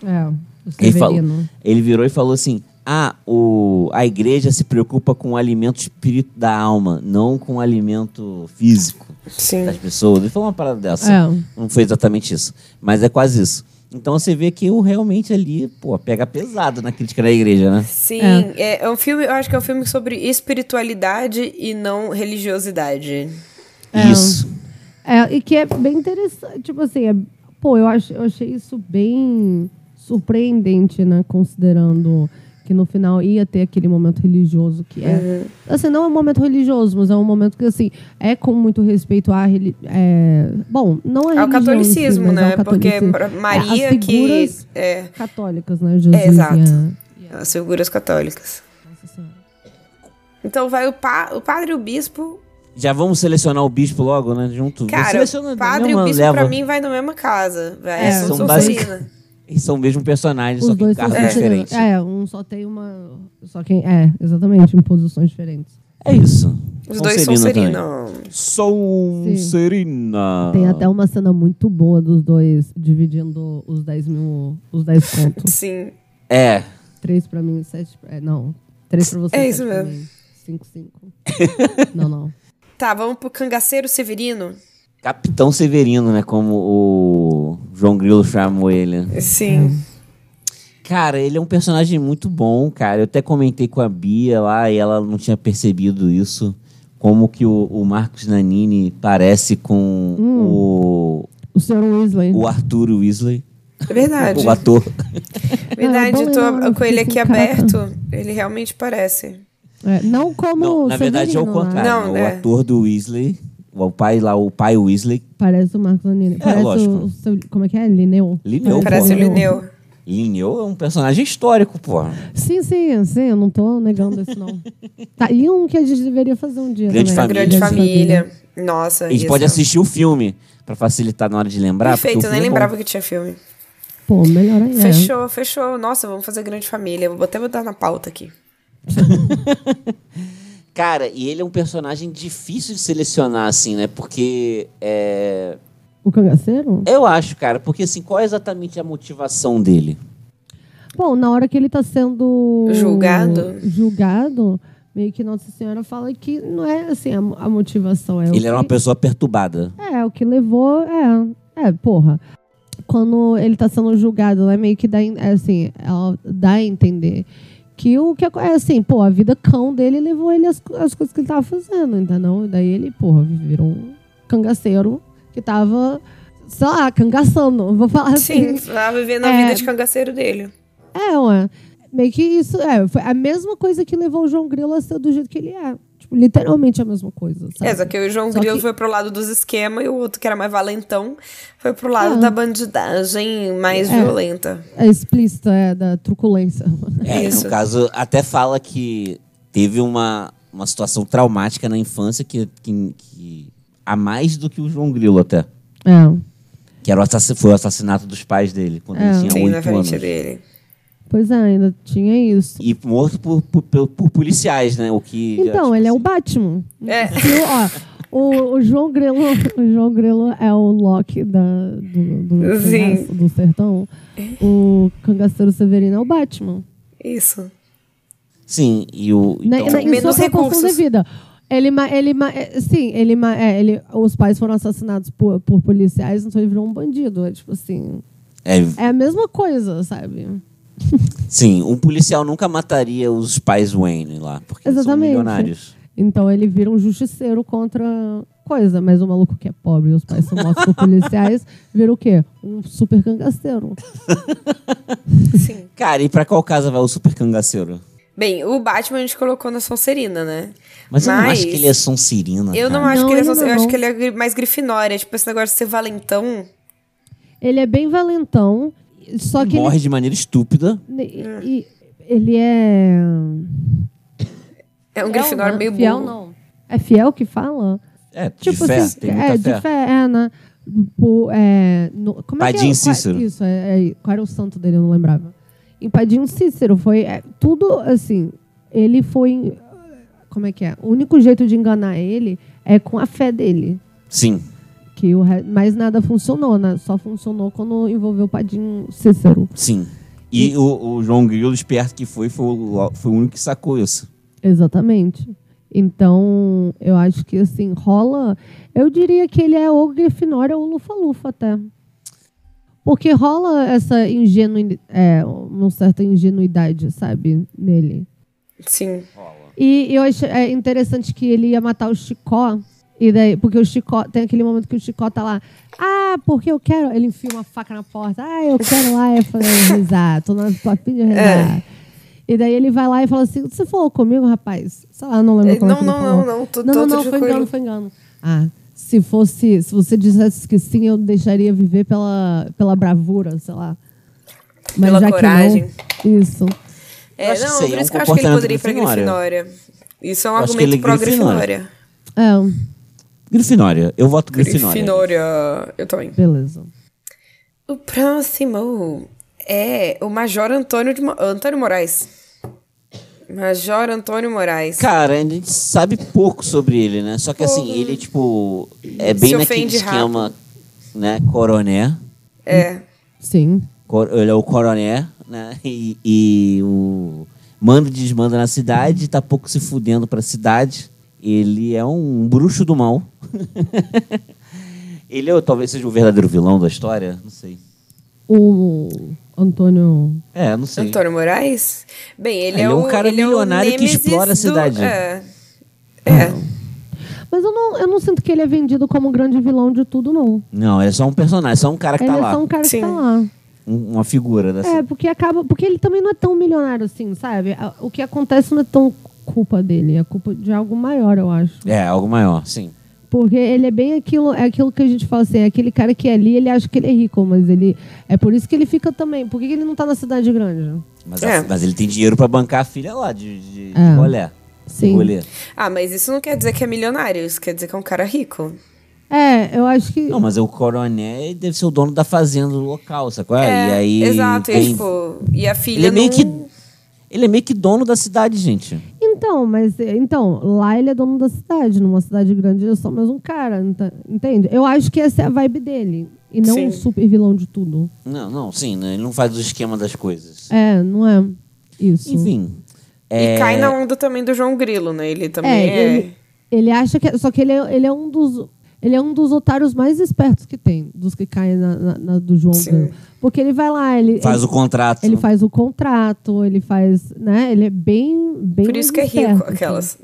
É. O
Ele, falou,
Severino.
ele virou e falou assim: Ah, o, a igreja se preocupa com o alimento espírito da alma, não com o alimento físico
Sim.
das pessoas. Ele falou uma parada dessa.
É.
Não foi exatamente isso, mas é quase isso. Então você vê que o realmente ali, pô, pega pesado na crítica da igreja, né?
Sim, é. é um filme, eu acho que é um filme sobre espiritualidade e não religiosidade.
Isso.
É, e que é bem interessante, tipo assim, é- pô, eu, acho, eu achei isso bem surpreendente, né? Considerando que no final ia ter aquele momento religioso que é. Assim, não é um momento religioso, mas é um momento que, assim, é com muito respeito à reli- é, Bom, não é
Ao catolicismo,
é
né? Porque pra- Maria que. É,
Católicas, né? Jesus
É, exato.
e a-
as figuras católicas. Então vai o, pa, o padre e o bispo.
Já vamos selecionar o bispo logo, né? Junto.
Cara, o padre e o bispo pra mim vai na mesma casa. Vai,
É,
são
são
são
basic-
Sonserina.
Eles são o mesmo personagem,
Os
só que
dois são
carros
é,
diferentes. É.
É, um só tem uma. Só quem. É, exatamente, em posições diferentes.
É isso.
Os dois são
Sonserina.
serina.
Sonserina.
Tem até uma cena muito boa dos dois dividindo os 10 mil. Os 10 contos.
Sim.
É.
3 pra mim, 7. É, não. 3 pra você.
É
sete
isso
pra
mesmo.
mim. 5, 5. não, não.
Tá, vamos pro cangaceiro severino.
Capitão Severino, né? Como o João Grilo chamou ele.
Sim.
Cara, ele é um personagem muito bom, cara. Eu até comentei com a Bia lá e ela não tinha percebido isso. Como que o, o Marcos Nanini parece com
Hum.
o,
O Sr. Weasley.
o Arthur Weasley,
É verdade.
o ator.
Verdade,
Ah,
eu
bom lembrar,
tô com ele
porque
aqui
assim, caraca.
aberto. Ele realmente parece.
É, não como.
Não,
o
na verdade é o
Severino, né?
contrário.
Não,
o
é.
ator do Weasley, o pai lá, o pai Weasley,
né? Parece o Marcos Anini. Parece
É, lógico.
o, seu. Como é que é? Lineu.
Lineu,
parece o
porra.
Lineu.
Lineu é um personagem histórico, pô.
Sim, sim, sim, eu não tô negando isso, não. Tá, e um que a gente deveria fazer um dia.
Grande
também.
Família.
É
assim.
Grande família. Nossa.
A gente
isso.
pode assistir o filme pra facilitar na hora de lembrar.
Perfeito, né?
porque
eu
o
nem
filme é bom.
lembrava que tinha filme.
Pô, melhor ainda.
Fechou, fechou. Nossa, vamos fazer grande família. Vou até botar na pauta aqui.
Cara, e ele é um personagem difícil de selecionar, assim, né? Porque. é,
O cangaceiro?
Eu acho, cara, porque assim, qual é exatamente a motivação dele?
Bom, na hora que ele tá sendo
Julgado?
julgado, meio que Nossa Senhora fala que não é assim a, a motivação é o
Ele era uma
que,
pessoa perturbada.
é o que levou é é porra quando ele tá sendo julgado, né, meio que dá em- é assim ela dá a entender que o que aco- é assim pô a vida cão dele levou ele às co- às coisas que ele tava fazendo, ainda não e daí ele porra virou um cangaceiro que tava sei lá cangaçando, vou falar assim
Sim, lá vivendo a
É.
vida de cangaceiro dele.
é, ué. Meio que isso, é, foi a mesma coisa que levou o João Grilo a ser do jeito que ele é. Tipo, literalmente a mesma coisa, sabe?
É, só que o João
Tá. Só
Grilo
que-
foi pro lado dos esquemas e o outro, que era mais valentão, foi pro lado da bandidagem mais violenta.
Ah. É explícita, é, da truculência.
É,
Isso.
no caso, até fala que teve uma, uma situação traumática na infância que, que, que- a mais do que o João Grilo até.
É,
Que era o assass- foi o assassinato dos pais dele, quando ele tinha
Ah. Sim, na
oito anos.
frente dele.
pois é, ainda tinha isso.
E morto por, por, por- por policiais, né? O que.
Então,
tipo
ele é o
um
assim,
Batman.
É.
Se o- ó, o, o João Grilo, o João Grilo é o Loki da, do, do,
Sim.
cangaço- do sertão. O cangaceiro Severino é o Batman. Né,
Isso.
Sim, e o.
Né,
Na,
então-
na, em
Menos
sua proporção
recursos.
é de vida. Ele, ma- ele, ma- é, sim, ele, ma- é, ele, os pais foram assassinados por, por policiais, então ele virou um bandido. É tipo assim,
é,
é a mesma coisa, sabe?
Sim, um policial nunca mataria os pais Wayne lá, porque eles são
Exatamente.
milionários.
Então ele vira um justiceiro contra coisa, mas o maluco que é pobre e os pais são mortos por policiais vira o quê? Um super cangaceiro.
Sim.
Cara, e pra qual casa vai o super cangaceiro?
Bem, o Batman a gente colocou na Sonserina, né?
Mas eu não
Mas-
acho que ele é Sonserina.
Eu não
cara.
acho
Não,
que ele é
ele não,
Sonserina, eu acho
não.
que ele é gri- mais Grifinória. Tipo, esse negócio de ser valentão.
Ele é bem valentão, só que
Morre de maneira estúpida.
ele, e- ele é.
É um
fiel,
é Grifinória
não.
meio
Fiel,
burro.
não. É fiel que fala?
É, de fé.
assim,
tem muita
é,
fé.
de fé, é, né? Pô, é, no- como é que
Padim
é?
Cícero.
Qua- Isso, é, é, qual era o santo dele? Eu não lembrava. Em Padim Cícero, foi é, tudo assim. Ele foi. Como é que é? O único jeito de enganar ele é com a fé dele.
Sim.
Que o re- mais nada funcionou, né? Só funcionou quando envolveu o Padim Cícero.
Sim. E, o, o João Grilo, esperto que foi, foi o, foi o único que sacou isso.
Exatamente. Então, eu acho que assim, rola. Eu diria que ele é o Grifinória ou o Lufa-Lufa até. Porque rola essa ingenuidade, é, uma certa ingenuidade, sabe, nele.
Sim.
E eu acho é interessante que ele ia matar o Chicó. E daí, porque o Chicó, tem aquele momento que o Chicó tá lá. Ah, porque eu quero. Ele enfia uma faca na porta. Ah, eu quero lá. Eu falei, rezar. Tô na tô a fim de rezar.
É.
E daí ele vai lá e fala assim: Você falou comigo, rapaz? Sei lá, não lembro
Eh,
como é
Não,
que ele
não,
falou.
não, não. Tô,
Não,
tô
não, não,
de
foi
coelho.
engano, foi engano. Ah, se fosse. Se você dissesse que sim, eu deixaria viver pela, pela bravura, sei lá. Mas
Pela
já
coragem.
Que não, isso.
Eu
É,
acho que
não,
isso aí
por
é um
isso que eu acho que ele
comportamento
poderia ir pra
Grifinória.
Grifinória. Isso é um
Eu acho que ele
argumento
é
pró-Grifinória.
É,
Grifinória. Eu voto Grifinória.
Eu também.
beleza.
O próximo é o Major Antônio de Mo- Antônio Moraes. Major Antônio Moraes.
Cara, a gente sabe pouco sobre ele, né? Só que assim, ele, tipo, é bem
Se
naquele
ofende
esquema, né? Coroné.
é.
Sim.
Cor- Ele é o coroné, né? E, e o manda e desmanda na cidade, tá pouco se fudendo pra cidade. Ele é um bruxo do mal. ele é, o- talvez seja o verdadeiro vilão da história, não sei.
O Antônio.
É, não sei.
Antônio Moraes? Bem, ele,
Ele
é,
é um
o-
cara
ele é o
milionário que
nêmesis
explora a
do-
cidade.
é. É.
Mas eu não, eu não sinto que ele é vendido como um grande vilão de tudo, não.
Não, ele é só um personagem, só um cara que
ele
tá
é
lá.
só um cara
Sim.
que tá lá.
Um- uma figura dessa.
É, porque acaba. Porque ele também não é tão milionário assim, sabe? A- O que acontece não é tão culpa dele, é culpa de algo maior, eu acho.
É, algo maior, sim.
Porque ele é bem aquilo, é aquilo que a gente fala assim, é aquele cara que é ali, ele acha que ele é rico, mas ele. É por isso que ele fica também. Por que que ele não tá na cidade grande?
Mas,
É.
a- mas ele tem dinheiro pra bancar a filha lá de, de, de
É.
rolé.
Sim.
De rolê.
Ah, mas isso não quer dizer que é milionário, isso quer dizer que é um cara rico.
É, eu acho que.
Não, mas o coroné ele deve ser o dono da fazenda do local, sacou?
É,
e aí
É. Exato, e,
tem-
tipo, e a filha
ele é meio
não-
que ele é meio que dono da cidade, gente.
Então, mas então, lá ele é dono da cidade, numa cidade grande ele é só mais um cara, ent- entende? Eu acho que essa é a vibe dele. E não
Sim.
um super vilão de tudo.
Não, não, sim, né? ele não faz o esquema das coisas.
É, não é isso.
Enfim, é,
E cai na onda também do João Grilo, né? Ele também
É,
é...
ele, ele acha que. Só que ele é, ele é um dos. Ele é um dos otários mais espertos que tem, dos que caem na, na- na do João
Sim.
Grilo. Porque ele vai lá, ele.
faz
ele,
o contrato.
ele faz o contrato, ele faz. né? Ele é bem. bem
Por isso que é
mais
rico,
esperto, assim.
aquelas.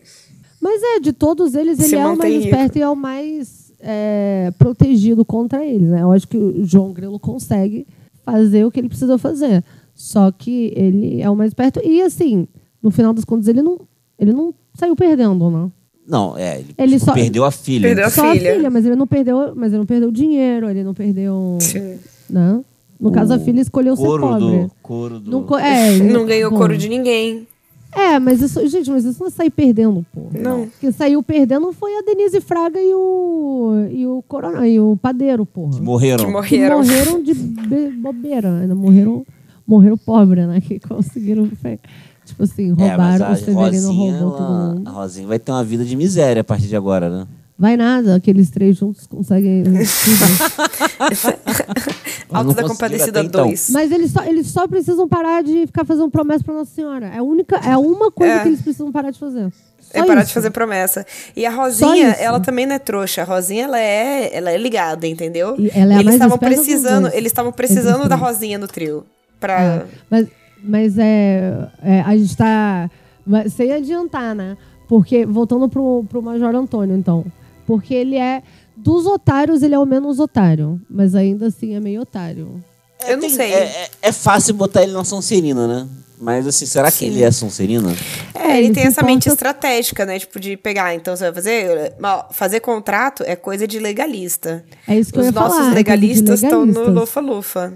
Mas é, de todos eles,
Se
ele é o
mantém
mais
rico.
esperto e é o mais é, protegido contra eles, né? Eu acho que o João Grilo consegue fazer o que ele precisa fazer. Só que ele é o mais esperto. E assim, no final das contas, ele não, ele não saiu perdendo, né. não.
Não, é, ele,
Ele
tipo,
só-
perdeu a filha. tipo,
Perdeu a
Só
filha.
a filha, mas ele não perdeu, mas ele não perdeu dinheiro, ele não perdeu.
Sim.
Né? No caso, a
O
filha escolheu ser
couro
pobre.
do couro do
Não, co- é, ele-
Não ganhou
bom.
couro de ninguém.
É, mas isso, gente, mas isso não é sair perdendo, pô.
Não.
Quem saiu perdendo foi a Denise Fraga e o e o Corona, e o Padeiro, porra.
que morreram.
Que
Que
morreram.
morreram de be- bobeira, ainda morreram morreram pobre, né? Que conseguiram fe- tipo assim,
É, mas
roubaram,
a
o Severino
Rosinha,
roubou todo
ela-
mundo.
a Rosinha vai ter uma vida de miséria a partir de agora, né?
Vai nada, aqueles três juntos conseguem tudo.
Ela
Alto
não
da
conseguiu
Compadecida
até então.
2.
Mas eles só, eles só precisam parar de ficar fazendo promessa pra Nossa Senhora. É a única, é uma coisa
É.
que eles precisam parar de fazer. Só
É parar de
isso.
fazer promessa. E a Rosinha,
isso.
ela também não é trouxa. A Rosinha, ela é, ela é ligada, entendeu?
E ela é a
eles
mais
estavam
esperta dos
precisando,
dois. Ah.
eles estavam precisando
Eles
da
três.
Rosinha no trio. Pra...
Mas, mas é, é, a gente tá. vai- Sem adiantar, né? Porque, voltando pro, pro Major Antônio, então. Porque ele é. Dos otários, ele é o menos otário. Mas ainda assim é meio otário.
Eu não sei.
É, é- é fácil botar ele na Sonserina, né? Mas assim, será que
Sim.
ele é Sonserina?
É,
ele
ele
se
tem essa mente
importa-
estratégica, né? Tipo, de pegar, então você vai fazer. ó, Fazer contrato é coisa de legalista.
É isso que eu
Os
ia falar.
nossos
é coisa de
legalistas estão no
legalistas.
Lufa-Lufa.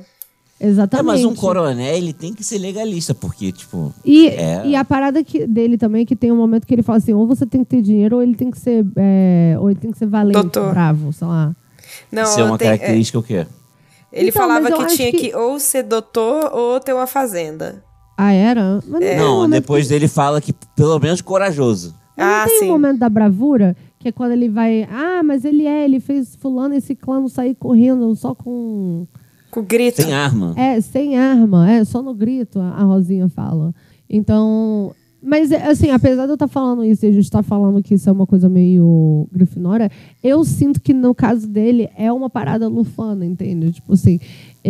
Exatamente.
É, mas um coronel, ele tem que ser legalista, porque, tipo,
E,
É.
e a parada que, dele também é que tem um momento que ele fala assim: ou você tem que ter dinheiro, ou ele tem que ser. é, ou ele tem que ser valente,
Doutor.
bravo, sei lá.
Não,
isso é uma
tem- é,
característica o quê?
ele
Então, mas
falava
eu
que
acho
tinha
que-
que... ou ser doutor ou ter uma fazenda.
Ah, era? Mas
É,
tem um
Não,
momento
depois dele fala que, pelo menos, corajoso.
Mas
Ah,
não tem
sim.
um momento da bravura, que é quando ele vai. Ah, mas ele é, ele fez fulano e ciclano sair correndo só com.
Com grito.
Sem arma.
É, sem arma, é, só no grito, a a Rosinha fala. Então. Mas, é, assim, apesar de eu estar falando isso e a gente estar falando que isso é uma coisa meio grifinória, eu sinto que no caso dele é uma parada lufana, entende? Tipo assim,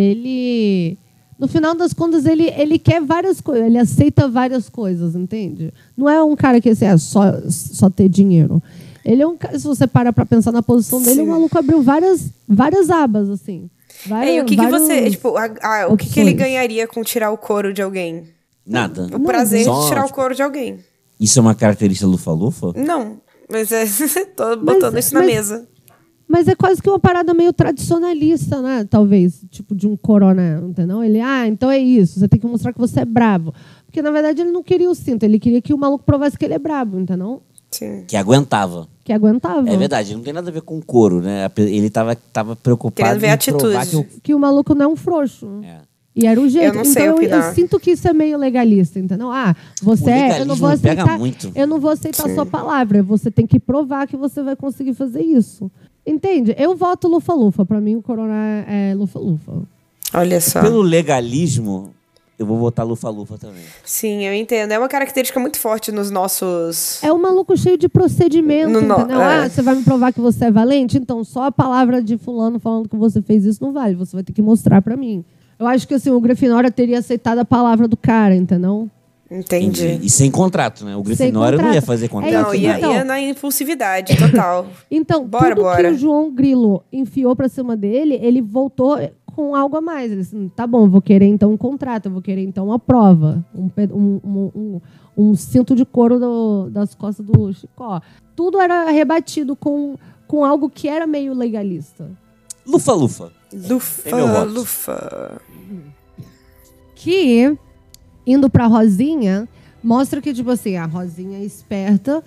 ele. No final das contas, ele, ele quer várias coisas, ele aceita várias coisas, entende? Não é um cara que assim, é só, só ter dinheiro. Ele é um cara, se você para pra pensar na posição dele,
Sim.
o maluco abriu várias, várias abas, assim.
É,
Várias,
e o que, que
vários-
você. Tipo, a- a- o que, que ele
opções.
ganharia com tirar o couro de alguém?
Nada.
O prazer
Só,
de tirar
tipo,
o couro de alguém.
Isso é uma característica lufa-lufa?
Não. Mas é, tô botando
Mas-
isso na
mas-
mesa.
Mas é quase que uma parada meio tradicionalista, né? Talvez, tipo de um corona, entendeu? Ele, ah, então é isso, você tem que mostrar que você é brabo. Porque, na verdade, ele não queria o cinto, ele queria que o maluco provasse que ele é brabo, entendeu?
Sim.
Que aguentava.
Que aguentava.
Uhum.
É verdade, não tem nada a ver com couro, né? Ape- Ele tava, tava preocupado
Querendo ver
em
a atitude.
provar que o...
Que o maluco não é um frouxo.
É.
E era o jeito.
não sei
então, eu- eu,
opinar.
sinto que isso é meio legalista, entendeu? Ah, você é, eu não vou
legalismo pega
aceitar,
muito.
eu não vou aceitar
Sim.
a sua palavra, você tem que provar que você vai conseguir fazer isso. Entende? Eu voto lufa-lufa, pra mim o corona é lufa-lufa.
Olha só.
Pelo legalismo, eu vou votar lufa-lufa também.
Sim, eu entendo. É uma característica muito forte nos nossos.
É um maluco cheio de procedimento,
No- no-
entendeu?
é.
Ah, você vai me provar que você é valente? Então, só a palavra de fulano falando que você fez isso não vale. Você vai ter que mostrar pra mim. Eu acho que, assim, o Grifinória teria aceitado a palavra do cara, entendeu?
Entendi.
E sem contrato, né? O Grifinória não
contrato.
ia fazer
É
contrato. né?
Não,
isso,
ia,
então.
ia na impulsividade total.
Então,
Bora,
tudo
bora.
que o João Grilo enfiou pra cima dele, ele voltou com algo a mais. Ele disse, tá bom, eu vou querer então um contrato, eu vou querer então uma prova, um, pe- um, um- um- um cinto de couro do- das costas do Chicó. Tudo era rebatido com, com algo que era meio legalista.
Lufa-lufa. Tem meu
lufa,
voto.
lufa.
que indo pra Rosinha mostra que tipo assim a Rosinha é esperta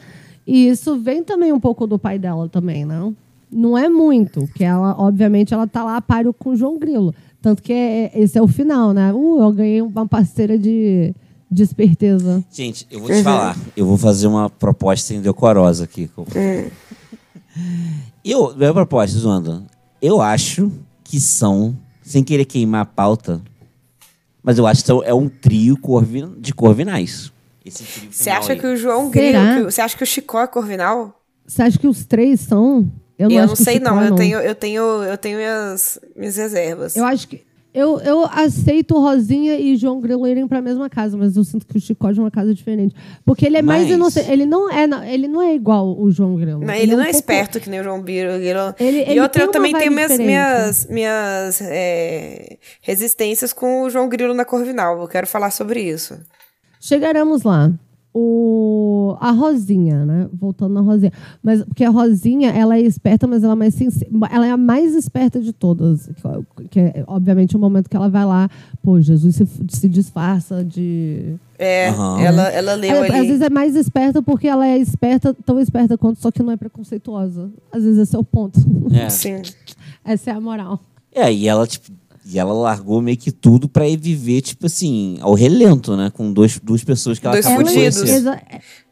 e isso vem também um pouco do pai dela também não não é muito porque ela obviamente ela tá lá a páreo com o João Grilo tanto que é- é- esse é o final né uh, eu ganhei uma parceira de de esperteza
Gente, eu vou te falar. Eu vou fazer uma proposta indecorosa aqui. Eu, minha proposta, Zoando. Eu acho que são, sem querer queimar a pauta, mas eu acho que são, é um trio corvi- de corvinais. Esse trio
Você
final
acha
aí.
que o João
Será?
Grilo. que o- Você acha que o Chicó é corvinal?
você acha que os três são
Eu não,
acho que o
sei, não.
Chicó é
Eu tenho, eu tenho, eu tenho minhas, minhas reservas.
eu acho que eu, eu aceito Rosinha e João Grilo irem pra mesma casa, mas eu sinto que o Chicó é de uma casa diferente. Porque ele é mais
Mas-
inocente. Ele não é, na- ele não é igual o João Grilo.
Não, ele
um
não é
pouco-
esperto que nem o João Biro. Grilo.
Ele-
e
ele
outra,
tem
eu
uma
também
vibe
tenho minhas,
diferente. né?
minhas, minhas é, resistências com o João Grilo na Corvinal. Eu quero falar sobre isso.
Chegaremos lá. O... A Rosinha, né? Voltando na Rosinha. Mas, porque a Rosinha, ela é esperta, mas ela é, mais sincer... ela é a mais esperta de todas. Que- Que é, obviamente, o momento que ela vai lá, pô, Jesus se, se disfarça de.
É,
Aham.
ela, ela leu
Ela,
ali.
Às vezes é mais esperta porque ela é esperta, tão esperta quanto, só que não é preconceituosa. Às vezes esse é o ponto.
É.
Sim.
Essa é a moral.
É, e ela, tipo, e ela largou meio que tudo pra ir viver, tipo assim, ao relento, né? Com dois, duas pessoas que ela
Dois
acabou de
fudidos.
conhecer.
Exa-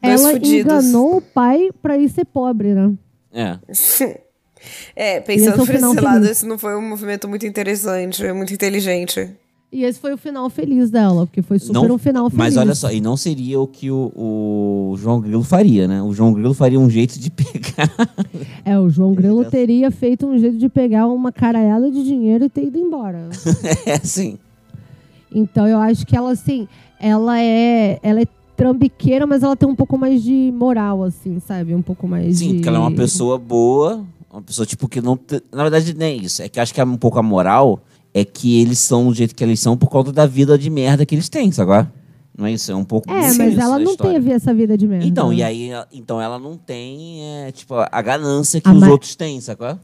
Dois
ela
fudidos.
enganou o pai pra ir ser pobre, né?
É.
É,
Esse é
pensando
o
por
final
esse lado,
feliz.
esse não foi um movimento muito interessante, muito inteligente.
E esse foi o final feliz dela, porque foi super um final feliz.
Mas olha só, e não seria o que o, o João Grilo faria, né? O João Grilo faria um jeito de pegar.
É, o João Grilo
Ele-
teria feito um jeito de pegar uma caralhada de dinheiro e ter ido embora.
é assim.
então eu acho que ela, assim, ela é. Ela é trambiqueira, mas ela tem um pouco mais de moral, assim, sabe? Um pouco mais
Sim,
de...
porque ela é uma pessoa boa, uma pessoa tipo que não. te- Na verdade, nem isso. É que eu acho que é um pouco a moral é que eles são do jeito que eles são por causa da vida de merda que eles têm, sabe? Não é isso? É um pouco.
É,
isso,
mas
isso,
ela
a
não
história.
teve essa vida de merda.
Então, e aí, então ela não tem, é, tipo, a ganância que
Ah,
os
mas-
outros têm, sacou?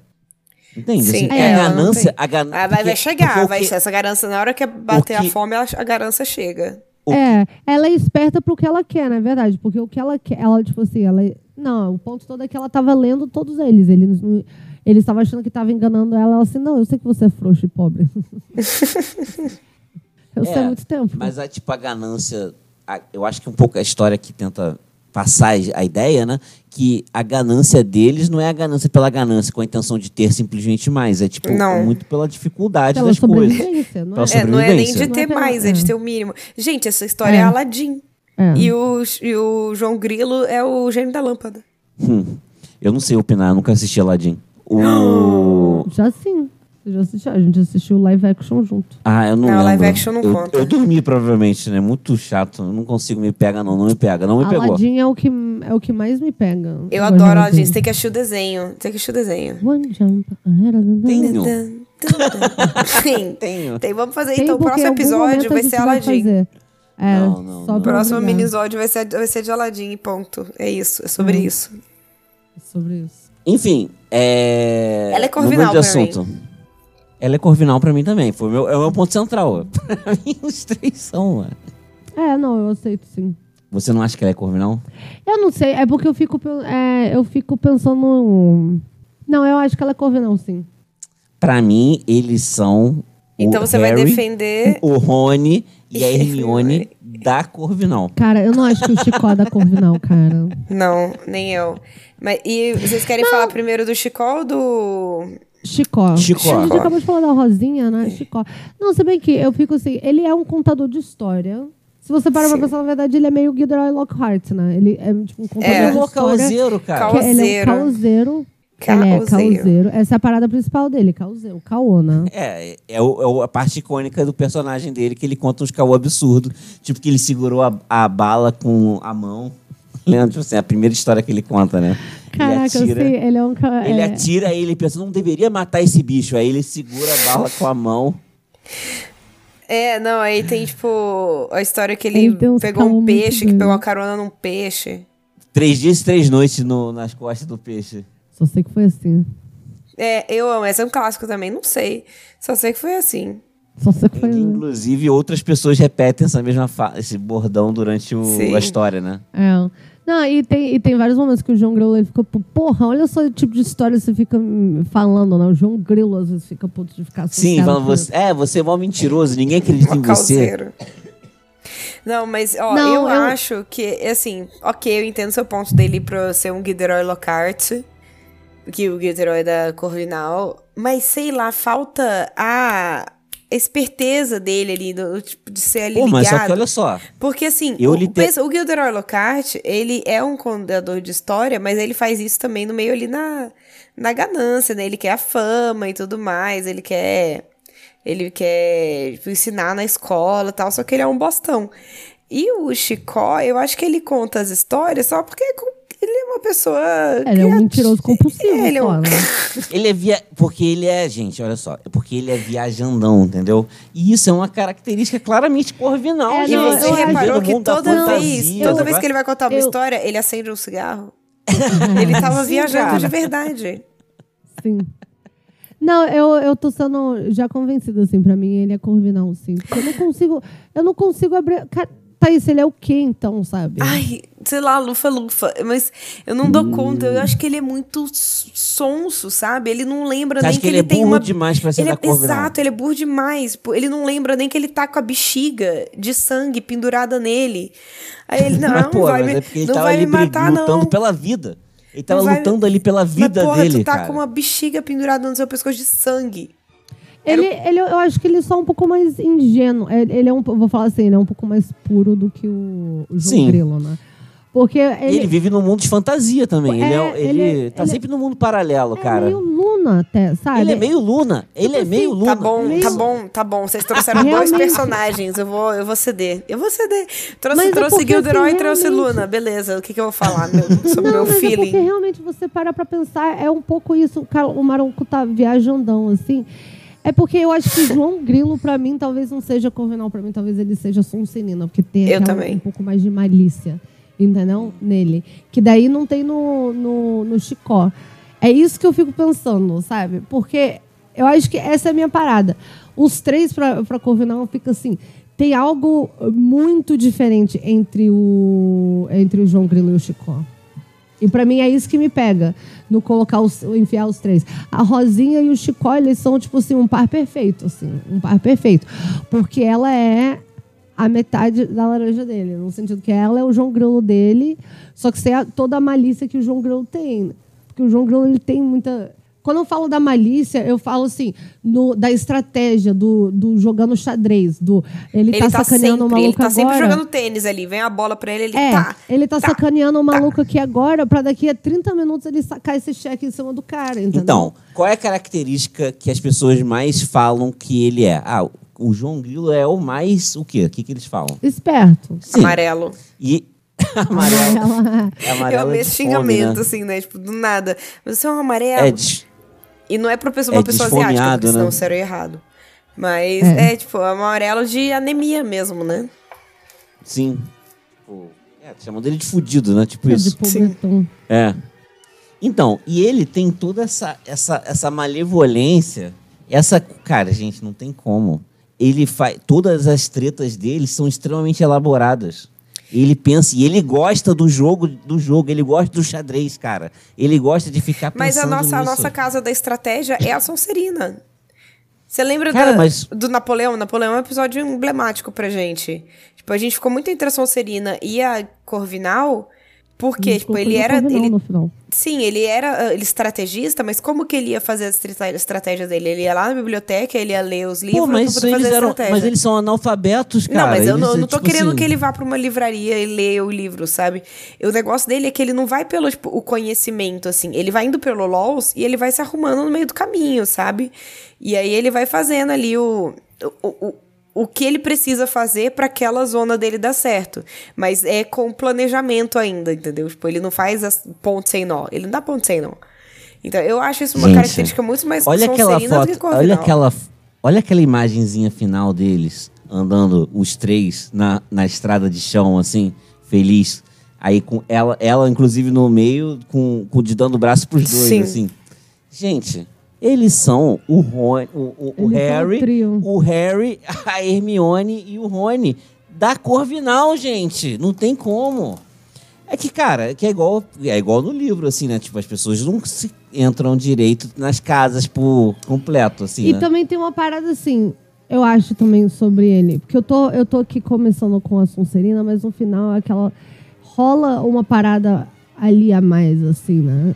Entende? Assim,
Sim, é,
a
ela não
ganância,
tem.
a ganância.
Ah, vai, vai chegar, vai
que,
essa garança. Na hora que é bater
porque-
a fome, ela- a garança chega.
o-
É, ela é esperta pro que ela quer, na verdade. Porque o que ela quer, ela, tipo assim, ela. Não, o ponto todo é que ela tava lendo todos eles. Eles não- eles estavam achando que tava enganando ela. Ela assim, não, eu sei que você é frouxo e pobre. eu sei
É,
há muito tempo.
Mas a, tipo, a ganância. a- eu acho que um pouco a história que tenta passar a ideia, né? Que a ganância deles não é a ganância pela ganância, com a intenção de ter simplesmente mais. É tipo,
Não.
muito pela dificuldade
Pela
das coisas. Então, assim,
sobrevivência, não é?
Pela
É, não é nem
Sobrevivência.
de
Não é
ter
pela-
mais, é
é.
de ter o mínimo. Gente, essa história é,
É.
Aladim.
É.
E o, e o João Grilo é o gênio da lâmpada.
Hum, eu não sei opinar, eu nunca assisti Aladdin. O...
Já sim. Você já assistiu? A gente assistiu o live action junto.
Ah, eu não,
Não,
lembro.
live action não
eu,
conta.
Eu dormi, provavelmente, né? Muito chato. Eu não consigo me pega, não. Não me pega. Não me pegou.
Aladdin é o que é o que mais me pega.
Eu
gosto de
adoro Aladim. Você tem que assistir o desenho. Tem que assistir o desenho.
One jump. Tem,
Tenho.
Sim.
Tenho.
Tem, vamos fazer
tem
então. O
porque em
próximo
algum momento
episódio
a
vai
gente
ser Aladim.
fazer. É,
Não, não,
só
não.
pra
O próximo
lembrar
minisódio vai ser, vai ser de Aladim, ponto. É isso, é sobre
Hum.
isso.
Sobre isso.
Enfim, é.
Ela é
mudando
corvinal
de
pra mim.
assunto. Ela é corvinal pra mim também. Foi o meu, é o meu ponto central. pra mim, os três são, mano.
É, não, eu aceito sim.
Você não acha que ela é corvinal?
Eu não sei, é porque eu fico, pen- é, eu fico pensando. no- Não, eu acho que ela é corvinal, sim.
Pra mim, eles são.
Então
o
você vai
Harry,
defender.
O Rony e a
E-
Hermione da corvinal.
Cara, eu não acho que o Chicó é da corvinal, cara.
Não, nem eu. Mas, e vocês querem falar primeiro do Chicó ou do.
Chicó.
Chicó.
A gente acabou de falar da Rosinha, né? Chicó. Não, se bem que eu fico assim, ele é um contador de história. Se você parar pra pensar, na verdade, ele é meio Gilderoy Lockhart, né? Ele é tipo um contador
É.
de
Ele é um
história.
causeiro, cara.
Cau-
Que Ele é um
Causeiro.
causeiro. Ele é causeiro. Essa é a parada principal dele, causeiro, caô, né?
É, é, o- é o- a parte icônica do personagem dele que ele conta uns caô absurdo. Tipo, que ele segurou a, a bala com a mão. Lembra? Tipo assim, a primeira história que ele conta, né?
Caraca,
ele
eu
atira.
sei, ele é um ca-
Ele
é.
atira, aí ele pensa, não deveria matar esse bicho. Aí ele segura a bala com a mão.
É, não, aí tem tipo a história que ele,
Ele tem uns
pegou um
calmos
peixe, que
dele.
pegou uma carona num peixe.
Três dias e três noites no- nas costas do peixe.
Só sei que foi assim.
É, eu amo, esse é um clássico também, não sei. Só sei que foi assim.
Só sei que foi assim.
Inclusive, outras pessoas repetem essa mesma fa- esse bordão durante o-
Sim.
a história, né?
É. Não, e tem, e tem vários momentos que o João Grilo ele fica, pô, porra, olha só o tipo de história que você fica hum, falando, né? O João Grilo às vezes fica a ponto de ficar
Sim,
associado
falando,
com-
você, é, você é mó mentiroso, ninguém acredita em
Um
você.
calzeiro. Não, mas ó,
Não,
eu,
eu-
acho que, assim, ok, eu entendo seu ponto dele pra ser um Guideroy Lockhart, que o Guideroy é da Corvinal, mas sei lá, falta a esperteza dele ali, do, do tipo, de ser ali
Pô, mas só que
ligado.
olha só.
Porque assim,
Eu
o,
lite-
pensa, o Gilderoy Lockhart, ele é um contador de história, mas ele faz isso também no meio ali na, na ganância, né? Ele quer a fama e tudo mais, ele quer ele quer tipo, ensinar na escola e tal, só que ele é um bostão. E o Chicó, eu acho que ele conta as histórias só porque é com- ele é uma pessoa
Ele é um
criati-
mentiroso compulsivo,
É, ele é um-
só, né?
Ele é via... Porque ele é, gente, olha só. é Porque ele é viajandão, entendeu? E isso é uma característica claramente corvinal,
É,
E
gente.
não,
você
eu acho-
Viver
reparou
no
que
mundo da
toda vez,
fantasia, né?
toda
sabe?
vez que ele vai contar uma
Eu-
história, ele acende um cigarro. ele tava
Sim,
viajando
cara.
de verdade.
Uhum, Sim. Não, eu, eu tô sendo já convencida, assim, pra mim ele é corvinal, sim. Porque eu não consigo, eu não consigo abrir... Cara, Thaís, ele é o quê, então, sabe?
Ah,
Ai, sei lá, lufa, lufa. Mas eu não dou conta. Eu acho que ele é muito s- sonso, sabe? Ele não lembra
Você
nem
acha
que,
que ele é
ele tem
burro
uma.
demais tá pra ser
Ele
da
é
corvinal?
exato, ele é burro demais. Pô, Ele não lembra nem que ele tá com a bexiga de sangue pendurada nele. Aí ele, não,
Mas,
não
pô,
vai
mas
me,
é porque ele
não
tava
vai
ali
me matar,
brig- lutando
não.
pela vida. Ele tava
Não vai-
lutando ali pela vida
mas, porra,
dele,
tu tá
cara.
com uma bexiga pendurada no seu pescoço de sangue.
Ele, ele, eu acho que ele é só um pouco mais ingênuo. Ele, ele é um, eu vou falar assim, ele é um pouco mais puro do que o, o João
Sim.
Grilo, né? Porque
E ele,
ele,
vive num mundo de fantasia também.
É,
ele, é- ele
ele-
tá
ele-
sempre num mundo paralelo,
é
cara.
meio Luna até, sabe?
Ele é meio Luna. Ele é
assim,
meio Luna.
né? Tá bom,
Luna.
tá bom, tá bom. Vocês trouxeram dois
Realmente.
personagens. Eu vou, eu vou ceder. Eu vou ceder. Trouxe,
Mas é
trouxe
porque,
Gilderoy
assim,
e trouxe
realmente-
Luna. Beleza, o que, que eu vou falar meu- sobre o
Não,
meu
mas é porque
feeling?
realmente você para pra pensar, é um pouco isso. O, cara, o Maronco tá viajandão, assim. É porque eu acho que o João Grilo, pra mim, talvez não seja Corvinal. Pra mim, talvez ele seja Sonserina. Porque tem
Eu
aquela-
também.
um pouco mais de malícia, entendeu? Nele. Que daí não tem no, no, no Chicó. É isso que eu fico pensando, sabe? Porque eu acho que essa é a minha parada. Os três pra, pra Corvinal fica assim... Tem algo muito diferente entre o, entre o João Grilo e o Chicó. E pra mim é isso que me pega no colocar os, enfiar os três. A Rosinha e o Chicó, eles são tipo assim um par perfeito, assim, um par perfeito, porque ela é a metade da laranja dele, no sentido que ela é o João Grilo dele, só que sem a- toda a malícia que o João Grilo tem, porque o João Grilo ele tem muita quando eu falo da malícia, eu falo assim, no- da estratégia, do, do jogando xadrez, do ele,
Ele
tá,
tá,
sacaneando o
sempre,
maluco
ele tá sempre
agora.
jogando tênis ali. Vem a bola pra ele, ele
É,
tá.
ele tá,
tá,
sacaneando o maluco aqui agora pra daqui a 30 minutos ele sacar esse cheque em cima do cara, entendeu?
Então, qual é a característica que as pessoas mais falam que ele é? Ah, o João Grilo é o mais. O quê? O que, que eles falam?
Esperto.
Sim.
Amarelo.
E. amarelo.
Ela-
amarelo
eu
é
amei
de
esse
fome,
xingamento,
né?
assim, né? Tipo, do nada. Você é um amarelo.
É de...
E não é pra pessoa, uma
é
pessoa asiática,
desfomeado,
porque
né?
senão seria errado. Mas
É.
é. tipo, amarelo de anemia mesmo, né?
Sim. Tipo, é, chamam dele de fudido, né? Tipo
é
isso.
de pobretão.
É. Então, e ele tem toda essa, essa, essa malevolência, essa. Cara, gente, não tem como. Ele faz. Todas as tretas dele são extremamente elaboradas. Ele pensa, e ele gosta do jogo, do jogo, ele gosta do xadrez, cara. Ele gosta de ficar
Mas a
pensando
nossa, a
nisso.
nossa casa da estratégia é a Sonserina. Você lembra
Cara,
da-
mas-
do Napoleão? Napoleão é um episódio emblemático pra gente. Tipo, a gente ficou muito entre a Sonserina e a Corvinal, porque, tipo, ele era.
Não,
Ele,
no final.
sim, ele era ah, ele estrategista, mas como que ele ia fazer as estra- estratégias dele? Ele ia lá na biblioteca, ele ia ler os livros
Pô, mas,
pra
isso
poder
eles
fazer a
eram,
estratégia.
mas eles são analfabetos, cara.
não, mas eu
Eles,
não,
é,
não tô
tipo
querendo
assim,
que ele vá pra uma livraria e leia o livro, sabe? E o negócio dele é que ele não vai pelo tipo, o conhecimento, assim. Ele vai indo pelo LOLs e ele vai se arrumando no meio do caminho, sabe? E aí ele vai fazendo ali o. o, o o que ele precisa fazer pra aquela zona dele dar certo. Mas é com planejamento ainda, entendeu? Tipo, ele não faz as ponto sem nó. Ele não dá ponto sem nó. Então, eu acho isso uma
Gente,
característica muito mais
Olha aquela
sonserina do que
foto, olha
Corvinal.
aquela, olha aquela imagenzinha final deles andando os três na, na estrada de chão assim, feliz. Aí com ela, ela inclusive no meio com, com de dando o braço pros dois
Sim.
assim. Gente, eles são o Ron, o, o, o
Eles são um
Harry,
trio.
o Harry, a Hermione e o Rony da Corvinal, gente. Não tem como. É que, cara, que é igual, é igual no livro, assim, né? Tipo, as pessoas não se entram direito nas casas por completo, assim,
E
né?
também tem uma parada assim, eu acho também sobre ele. Porque eu tô, eu tô aqui começando com a Sonserina, mas no final é aquela. Rola uma parada ali a mais, assim, né?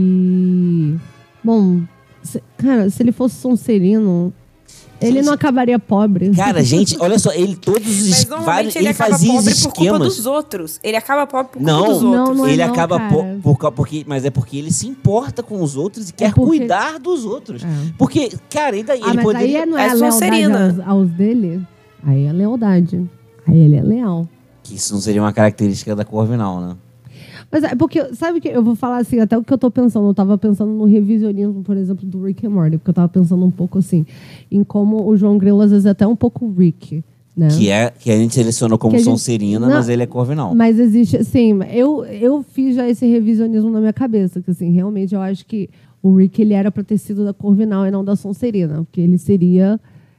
Que. Bom, se- cara, se ele fosse Sonserino, ele não acabaria pobre.
Cara, gente, olha só, ele todos os
Mas
es-
normalmente
vários,
ele,
ele
acaba
fazia os
pobre por culpa
esquemas.
dos outros. Ele acaba pobre por culpa
Não,
dos outros.
Não, não é
ele
não,
acaba
cara. É
po- por, causa- porque, mas é porque ele se importa com os outros e quer
porque-
cuidar dos outros.
É.
Porque, cara, ainda
Ah,
ele
mas
poderia
aí não
é
é, a lealdade
Sonserina.
aos, aos dele? Aí é lealdade. Aí ele é leal.
que isso não seria uma característica da Corvinal, né?
Mas é porque, sabe o que? Eu vou falar assim, até o que eu tô pensando. Eu tava pensando no revisionismo, por exemplo, do Rick and Morty. Porque eu tava pensando um pouco assim, em como o João Grilo às vezes é até um pouco Rick, né?
Que é que a gente selecionou como
Que a gente-
Sonserina,
Não.
mas ele é Corvinal.
Mas existe, assim, eu, eu fiz já esse revisionismo na minha cabeça, que assim, realmente eu acho que o Rick ele era pra ter sido da Corvinal e não da Sonserina, porque ele seria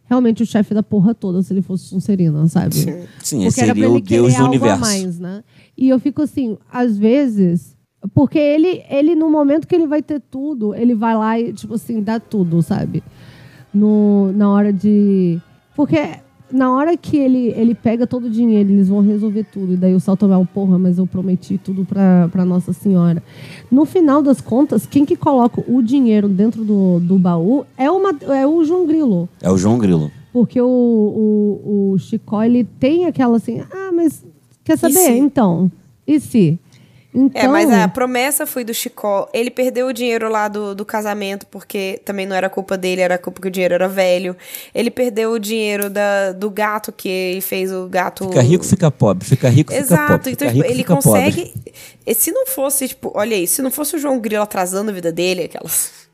realmente o chefe da porra toda se ele fosse Sonserina, sabe?
Sim, ele
Porque era pra
seria o
ele
deus
querer
do
algo a
universo.
mais, né? E eu fico assim, às vezes, porque ele, ele no momento que ele vai ter tudo, ele vai lá e tipo assim, dá tudo, sabe? No, na hora de porque na hora que ele, ele pega todo o dinheiro, eles vão resolver tudo. E daí o Sal Tomé, porra, mas eu prometi tudo pra, pra Nossa Senhora. No final das contas, quem que coloca o dinheiro dentro do, do baú é, uma, é o João Grilo.
É o João Grilo.
Porque o, o, o Chicó, ele tem aquela assim, ah, mas quer saber?
se-
Então, E se? Então,
É, mas a promessa foi do Chicó. Ele perdeu o dinheiro lá do, do casamento, porque também não era culpa dele, era culpa que o dinheiro era velho. Ele perdeu o dinheiro da, do gato que ele fez o gato.
Fica rico, fica pobre. Fica rico, fica
Exato.
pobre.
então,
fica
tipo,
rico,
ele
fica
consegue.
Pobre.
e Se não fosse, tipo, olha aí, se não fosse o João Grilo atrasando a vida dele, aquelas.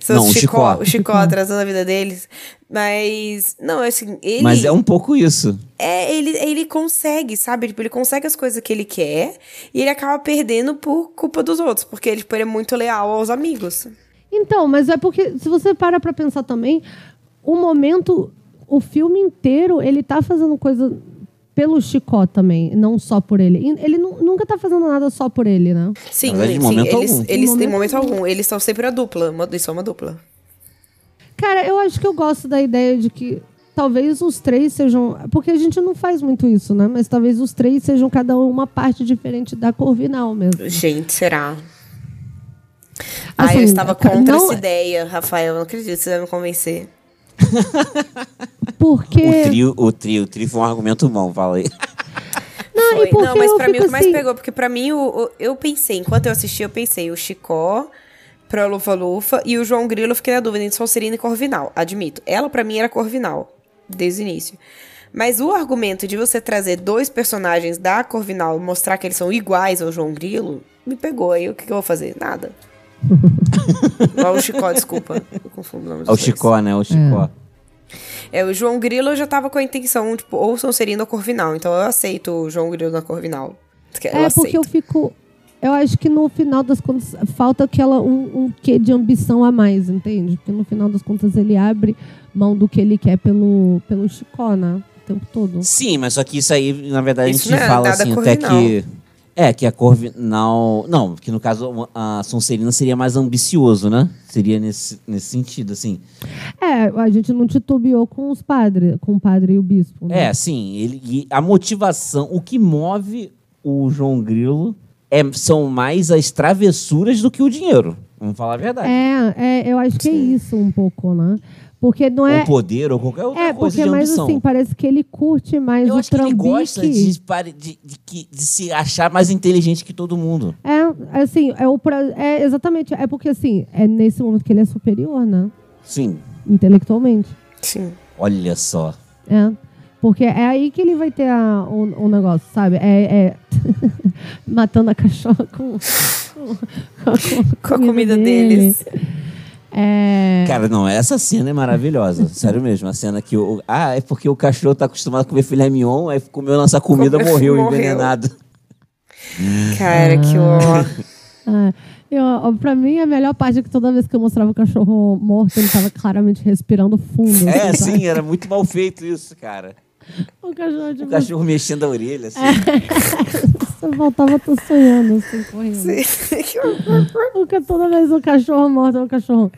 Se
Hum. Não,
fosse
o Chicó.
o Chicó atrasando a vida deles. Mas. Não, assim, ele.
Mas é um pouco isso.
É, ele, ele consegue, sabe? Tipo, ele consegue as coisas que ele quer e ele acaba perdendo por culpa dos outros, porque tipo, ele é muito leal aos amigos.
Então, mas é porque se você para pra pensar também, o momento, o filme inteiro, ele tá fazendo coisa pelo Chicó também, não só por ele. E Ele nu- nunca tá fazendo nada só por ele, né?
Sim,
Na verdade,
sim,
é de momento
eles,
algum.
eles
De
têm
momento
momento algum, eles são sempre a dupla, uma, eles são uma dupla.
Cara, eu acho que eu gosto da ideia de que talvez os três sejam. Porque a gente não faz muito isso, né? Mas talvez os três sejam cada um uma parte diferente da Corvinal mesmo.
Gente, será?
Assim,
Ai, eu estava contra
não- é
essa ideia, Rafael, eu não acredito, você vai me convencer.
Porque.
O trio, o trio, o trio foi um argumento bom, fala aí.
Não, e
Foi.
porque
Não, mas
eu
pra mim
fico
o que mais
assim-
pegou, porque pra mim o, o- eu pensei, enquanto eu assisti, eu pensei o Chicó pra Lufa Lufa e o João Grilo, eu fiquei na dúvida entre Sonserina e Corvinal, admito. Ela pra mim era Corvinal, desde o início. Mas o argumento de você trazer dois personagens da Corvinal e mostrar que eles são iguais ao João Grilo, me pegou. Aí o que, que eu vou fazer? Nada. Ou o Chicó, desculpa. Eu confundo o nome dos
É o
dois.
Chicó, né? O Chicó.
É, o João Grilo eu já tava com a intenção, tipo, ou Sonserina ou Corvinal. Então eu aceito o João Grilo na Corvinal. Eu
É
aceito.
porque eu fico. Eu acho que no final das contas falta aquela um, um quê de ambição a mais, entende? Porque no final das contas ele abre mão do que ele quer pelo, pelo Chicó, né? O tempo todo.
Sim, mas só que isso aí, na verdade,
Isso
a gente
não é
fala
nada
assim, até
Corvinal.
que. É, que a Corvinal. Não, que no caso a Sonserina seria mais ambicioso, né? Seria nesse, nesse sentido, assim.
É, a gente não titubeou com os padres, com o padre e o
Uhum.
bispo. Né?
É, sim, ele, e a motivação, o que move o João Grilo é, são mais as travessuras do que o dinheiro. Vamos falar a verdade.
É, é, eu acho que é isso um pouco, né? Porque não
Ou
é.
poder, ou qualquer outra
É,
um coisa
porque
de
mais
ambição.
assim, parece que ele curte mais
Eu
o
acho que ele gosta
trambique.
de, pare- de- de que- de se achar mais inteligente que todo mundo.
É, assim, é, o pra... é exatamente. É porque assim, é nesse momento que ele é superior, né?
Sim.
Intelectualmente.
Sim.
Olha só.
É. Porque é aí que ele vai ter a- o, o negócio, sabe? É, é- matando a cachorra com, com,
Com a comida deles.
É,
Cara, não, essa cena é maravilhosa. sério mesmo. A cena que o. Ah, é porque o cachorro tá acostumado a comer filé mignon, aí comeu nossa comida,
Comeu-
morreu,
morreu.
envenenado.
Cara, que ó.
é. Eu, ó, pra mim, a melhor parte é que toda vez que eu mostrava o cachorro morto, ele tava claramente respirando fundo.
É,
assim, sabe?
sim, era muito mal feito isso, cara.
O cachorro tipo, de
O cachorro mexendo a orelha, assim.
É. Só faltava tô sonhando, assim, correndo. O ca- Toda vez o cachorro morto é o cachorro.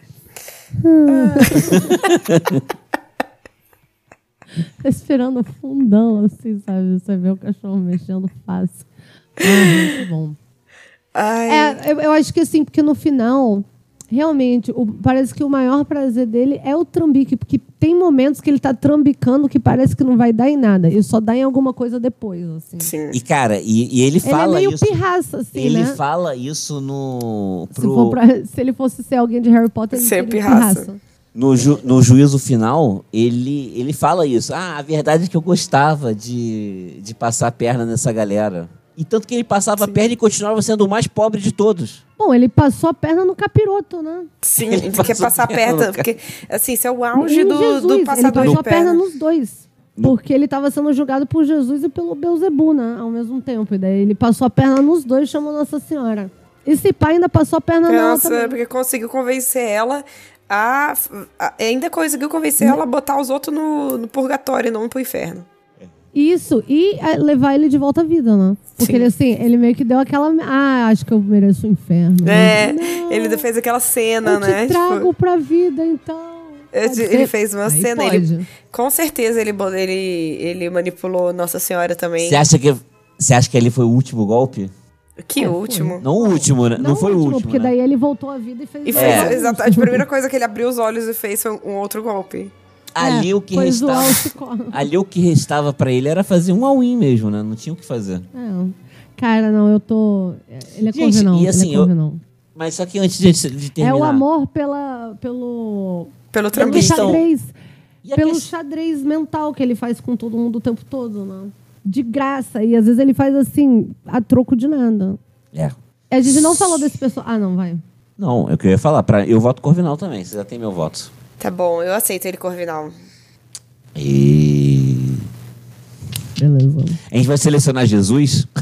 Respirando fundão, assim, sabe? Você vê o cachorro mexendo fácil. Ah, muito bom.
Ai.
É, eu, eu acho que assim, porque no final, realmente, o- parece que o maior prazer dele é o trambique, porque tem momentos que ele tá trambicando que parece que não vai dar em nada. E só dá em alguma coisa depois, assim.
Sim.
E, cara, e, e ele
Ele é
fala
meio
isso.
pirraça, assim,
ele
né?
fala isso no.
Se,
pro-
for pra- se ele fosse ser alguém de Harry Potter, ele
Ser
seria um
pirraça.
No, ju- no juízo final, ele, ele fala isso. Ah, a verdade é que eu gostava de, de passar a perna nessa galera. E tanto que ele passava a perna e continuava sendo o mais pobre de todos.
Bom, ele passou a perna no capiroto, né?
Sim,
Ele
quer
passou
passar
pela
perto.
boca.
Porque, assim, isso é o
Em
auge do,
Jesus,
do
ele
passador
passou
de
a perna
perna.
nos dois. Porque ele estava sendo julgado por Jesus e pelo Beuzebu, né? Ao mesmo tempo. E daí ele passou a perna nos dois e chamou Nossa Senhora. Esse pai ainda passou a perna nela
Nossa,
também.
porque conseguiu convencer ela a, a- Ainda conseguiu convencer ela a botar os outros no, no purgatório e não pro inferno.
Isso, e é, levar ele de volta à vida, né? Porque
Sim.
ele, assim, ele meio que deu aquela... Ah, acho que eu mereço o inferno.
É,
Não,
ele fez aquela cena,
eu
né?
te trago pra vida, então...
Eu
Pode
te-
ser?
ele fez uma
Aí
cena,
pode.
ele- com certeza ele, bo- ele, ele manipulou Nossa Senhora também.
Você acha que você acha que ele foi o último golpe?
Que
É, foi.
último.
Não o último, né? Não, foi o último.
Porque
né?
daí ele voltou à vida e fez...
E
É.
fez,
mais um.
exatamente, a primeira coisa que ele abriu os olhos e fez foi um outro golpe.
ali o que
é, foi
restava.
zoar o Chicó.
Ali o que restava pra ele era fazer um all-in mesmo, né? Não tinha o que fazer.
É. Cara, não, eu tô. Ele é
Gente,
convenão.
e assim,
ele é
eu-
convenão.
Mas só que antes de, de terminar.
É o amor pela, pelo.
Pelo
pelo
Trambista.
trambista.
xadrez.
E a
Pelo
questão-
xadrez mental que ele faz com todo mundo o tempo todo, né? De graça. E às vezes ele faz assim, a troco de nada.
É.
A gente não falou desse pessoal. Ah, não, vai.
Não, é o que eu ia falar. Pra... Eu voto Corvinal também. Você já tem meu voto.
Tá bom, eu aceito ele Corvinal.
E...
Beleza.
A gente vai selecionar Jesus?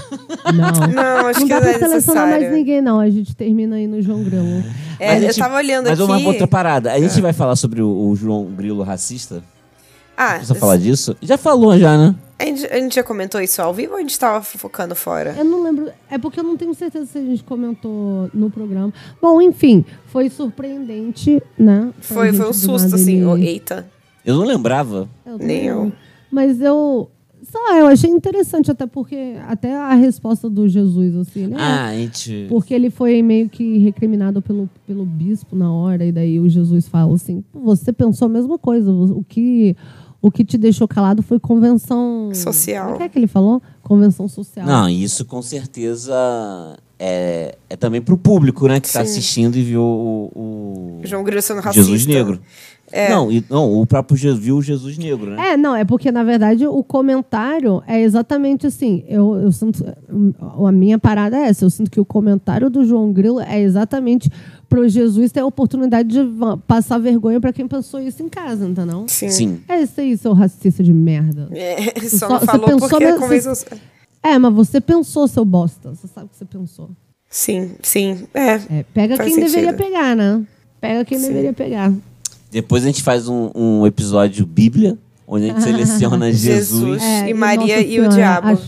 Não.
Não, acho
não
que
dá
não é
pra selecionar mais
necessário.
ninguém, não. A gente termina aí no João Grelo.
É,
Mas a
eu
gente-
tava olhando
Mas
aqui.
uma outra parada. A gente vai falar sobre o, o João Grilo racista?
Ah,
Precisa falar disso? Já falou já, né?
a gente, a gente já comentou isso ao vivo ou a gente tava focando fora?
Eu não lembro. É porque eu não tenho certeza se a gente comentou no programa. Bom, enfim, foi surpreendente, né? Pra
Foi,
gente
foi um
do
susto,
nada
assim.
ele-
oh, eita.
Eu não lembrava.
Eu
Nem
não-
eu.
Mas eu. Sei lá, eu achei interessante, até porque. Até a resposta do Jesus, assim. Ele, ah,
É.
Ah, a gente...
Porque ele foi meio que recriminado pelo, pelo bispo na hora, e daí o Jesus fala assim: você pensou a mesma coisa, o que, o que te deixou calado foi convenção.
Social.
O que é que ele falou? Convenção social.
Não, isso com certeza é, é também pro público, né? Que tá
Sim.
assistindo e viu o... o-
João Grilo sendo racista. É.
Jesus Negro. Não, e- não, o próprio Jesus viu o Jesus Negro, né?
É, não, é porque, na verdade, o comentário é exatamente assim. Eu, eu sinto. A minha parada é essa. Eu sinto que o comentário do João Grilo é exatamente pro Jesus ter a oportunidade de va- passar vergonha pra quem pensou isso em casa, entendeu?
Sim.
Sim.
É isso aí, seu racista de merda.
É, ele só,
Só-
não
você
falou
pensou
porque
mesmo-
convenção.
É, mas você pensou, seu bosta. Você sabe o que você pensou.
Sim, sim. É.
É, pega
Faz
quem deveria
sentido.
pegar, né? Pega quem deveria pegar.
Depois a gente faz um, um episódio Bíblia, onde a gente seleciona Jesus,
Jesus.
É,
E Maria
Nossa
e o diabo.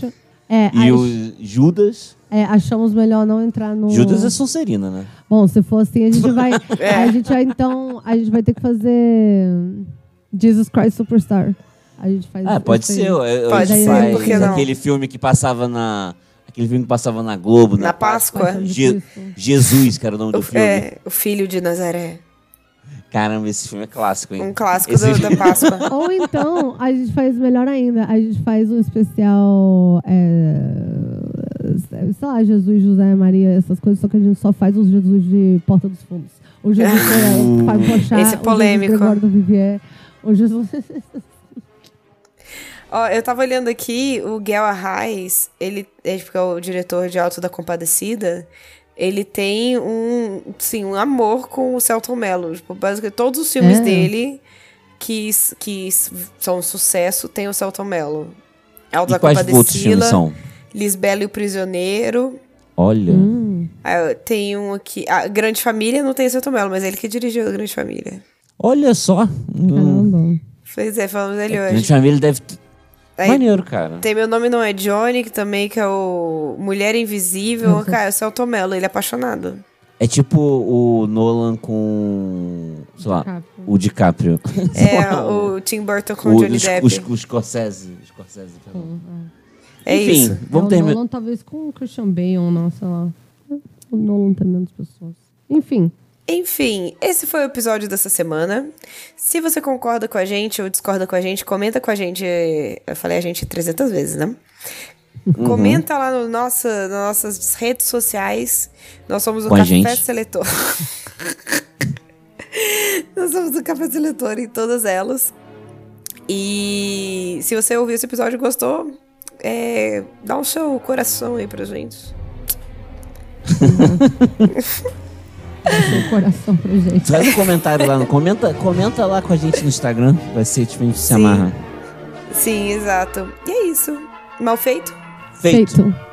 é,
e
ach-
o Judas.
é, achamos melhor não entrar no.
Judas é Sonserina, né?
Bom, se for assim, a gente vai.
É.
A gente vai, então. A gente vai ter que fazer. Jesus Christ Superstar. A gente faz
Ah,
isso
pode
aí.
ser. é,
Pode
a gente
ser,
faz
por que
não?
aquele filme que passava na. Aquele filme que passava na Globo,
Na Páscoa.
Páscoa de
Je-
Cristo.
Jesus, cara, o nome do
O,
filme.
é, o filho de Nazaré.
Caramba, esse filme é clássico, hein?
Um clássico
Esse-
do- da Páscoa.
Ou então, a gente faz melhor ainda. A gente faz um especial. É, sei lá, Jesus, José, Maria, essas coisas, só que a gente só faz os Jesus de Porta dos Fundos. O Jesus
Uh.
é, Fábio Pochá,
Esse é polêmico.
O Jesus Gregório do Vivier. O Jesus.
Ó, eu tava olhando aqui, o Guel Arraes, ele, ele que é o diretor de Alto da Compadecida, ele tem um, sim, um amor com o Celton Mello. Tipo, basicamente, todos os filmes
É.
dele que, s- que s- são um sucesso tem o Celton Mello. Alto
E
da
quais outros filmes são?
Compadecida, Lisbela e o Prisioneiro,
Olha.
Hum.
ah, tem um aqui, a Grande Família não tem o Celton Mello, mas é ele que dirigiu a Grande Família.
Olha só. Hum.
Caramba.
Pois é, falamos dele
A
hoje.
gente vai ver, ele deve. ter-
Aí-
Maneiro, cara.
Tem Meu Nome Não É Johnny, que também que é o Mulher Invisível. Cara, o Celton Mello, ele é apaixonado.
É tipo o Nolan com. sei lá, o DiCaprio.
DiCaprio.
É
Não.
o Tim Burton com o,
O,
Johnny
os,
Depp.
os, os Scorsese. Scorsese, perdão.
Hum.
É
Enfim,
isso.
vamos
é, o
terminar.
Nolan talvez com o Christian Bale, não, sei lá. O Nolan tem menos pessoas. Enfim.
Enfim, esse foi o episódio dessa semana. Se você concorda com a gente ou discorda com a gente, comenta com a gente. Eu falei a gente 300 vezes, né?
Uhum.
Comenta lá no nossa, nas nossas redes sociais. Nós somos o
Com a
Café
gente.
Seletor. Nós somos o Café Seletor em todas elas. E se você ouviu esse episódio e gostou, é, dá o seu coração aí pra gente.
Seu coração pra gente.
Faz um comentário lá. no- Comenta, comenta lá com a gente no Instagram. Vai ser tipo, a gente se
Sim.
amarra.
Sim, exato. E é isso. Mal feito?
Feito.
Feito.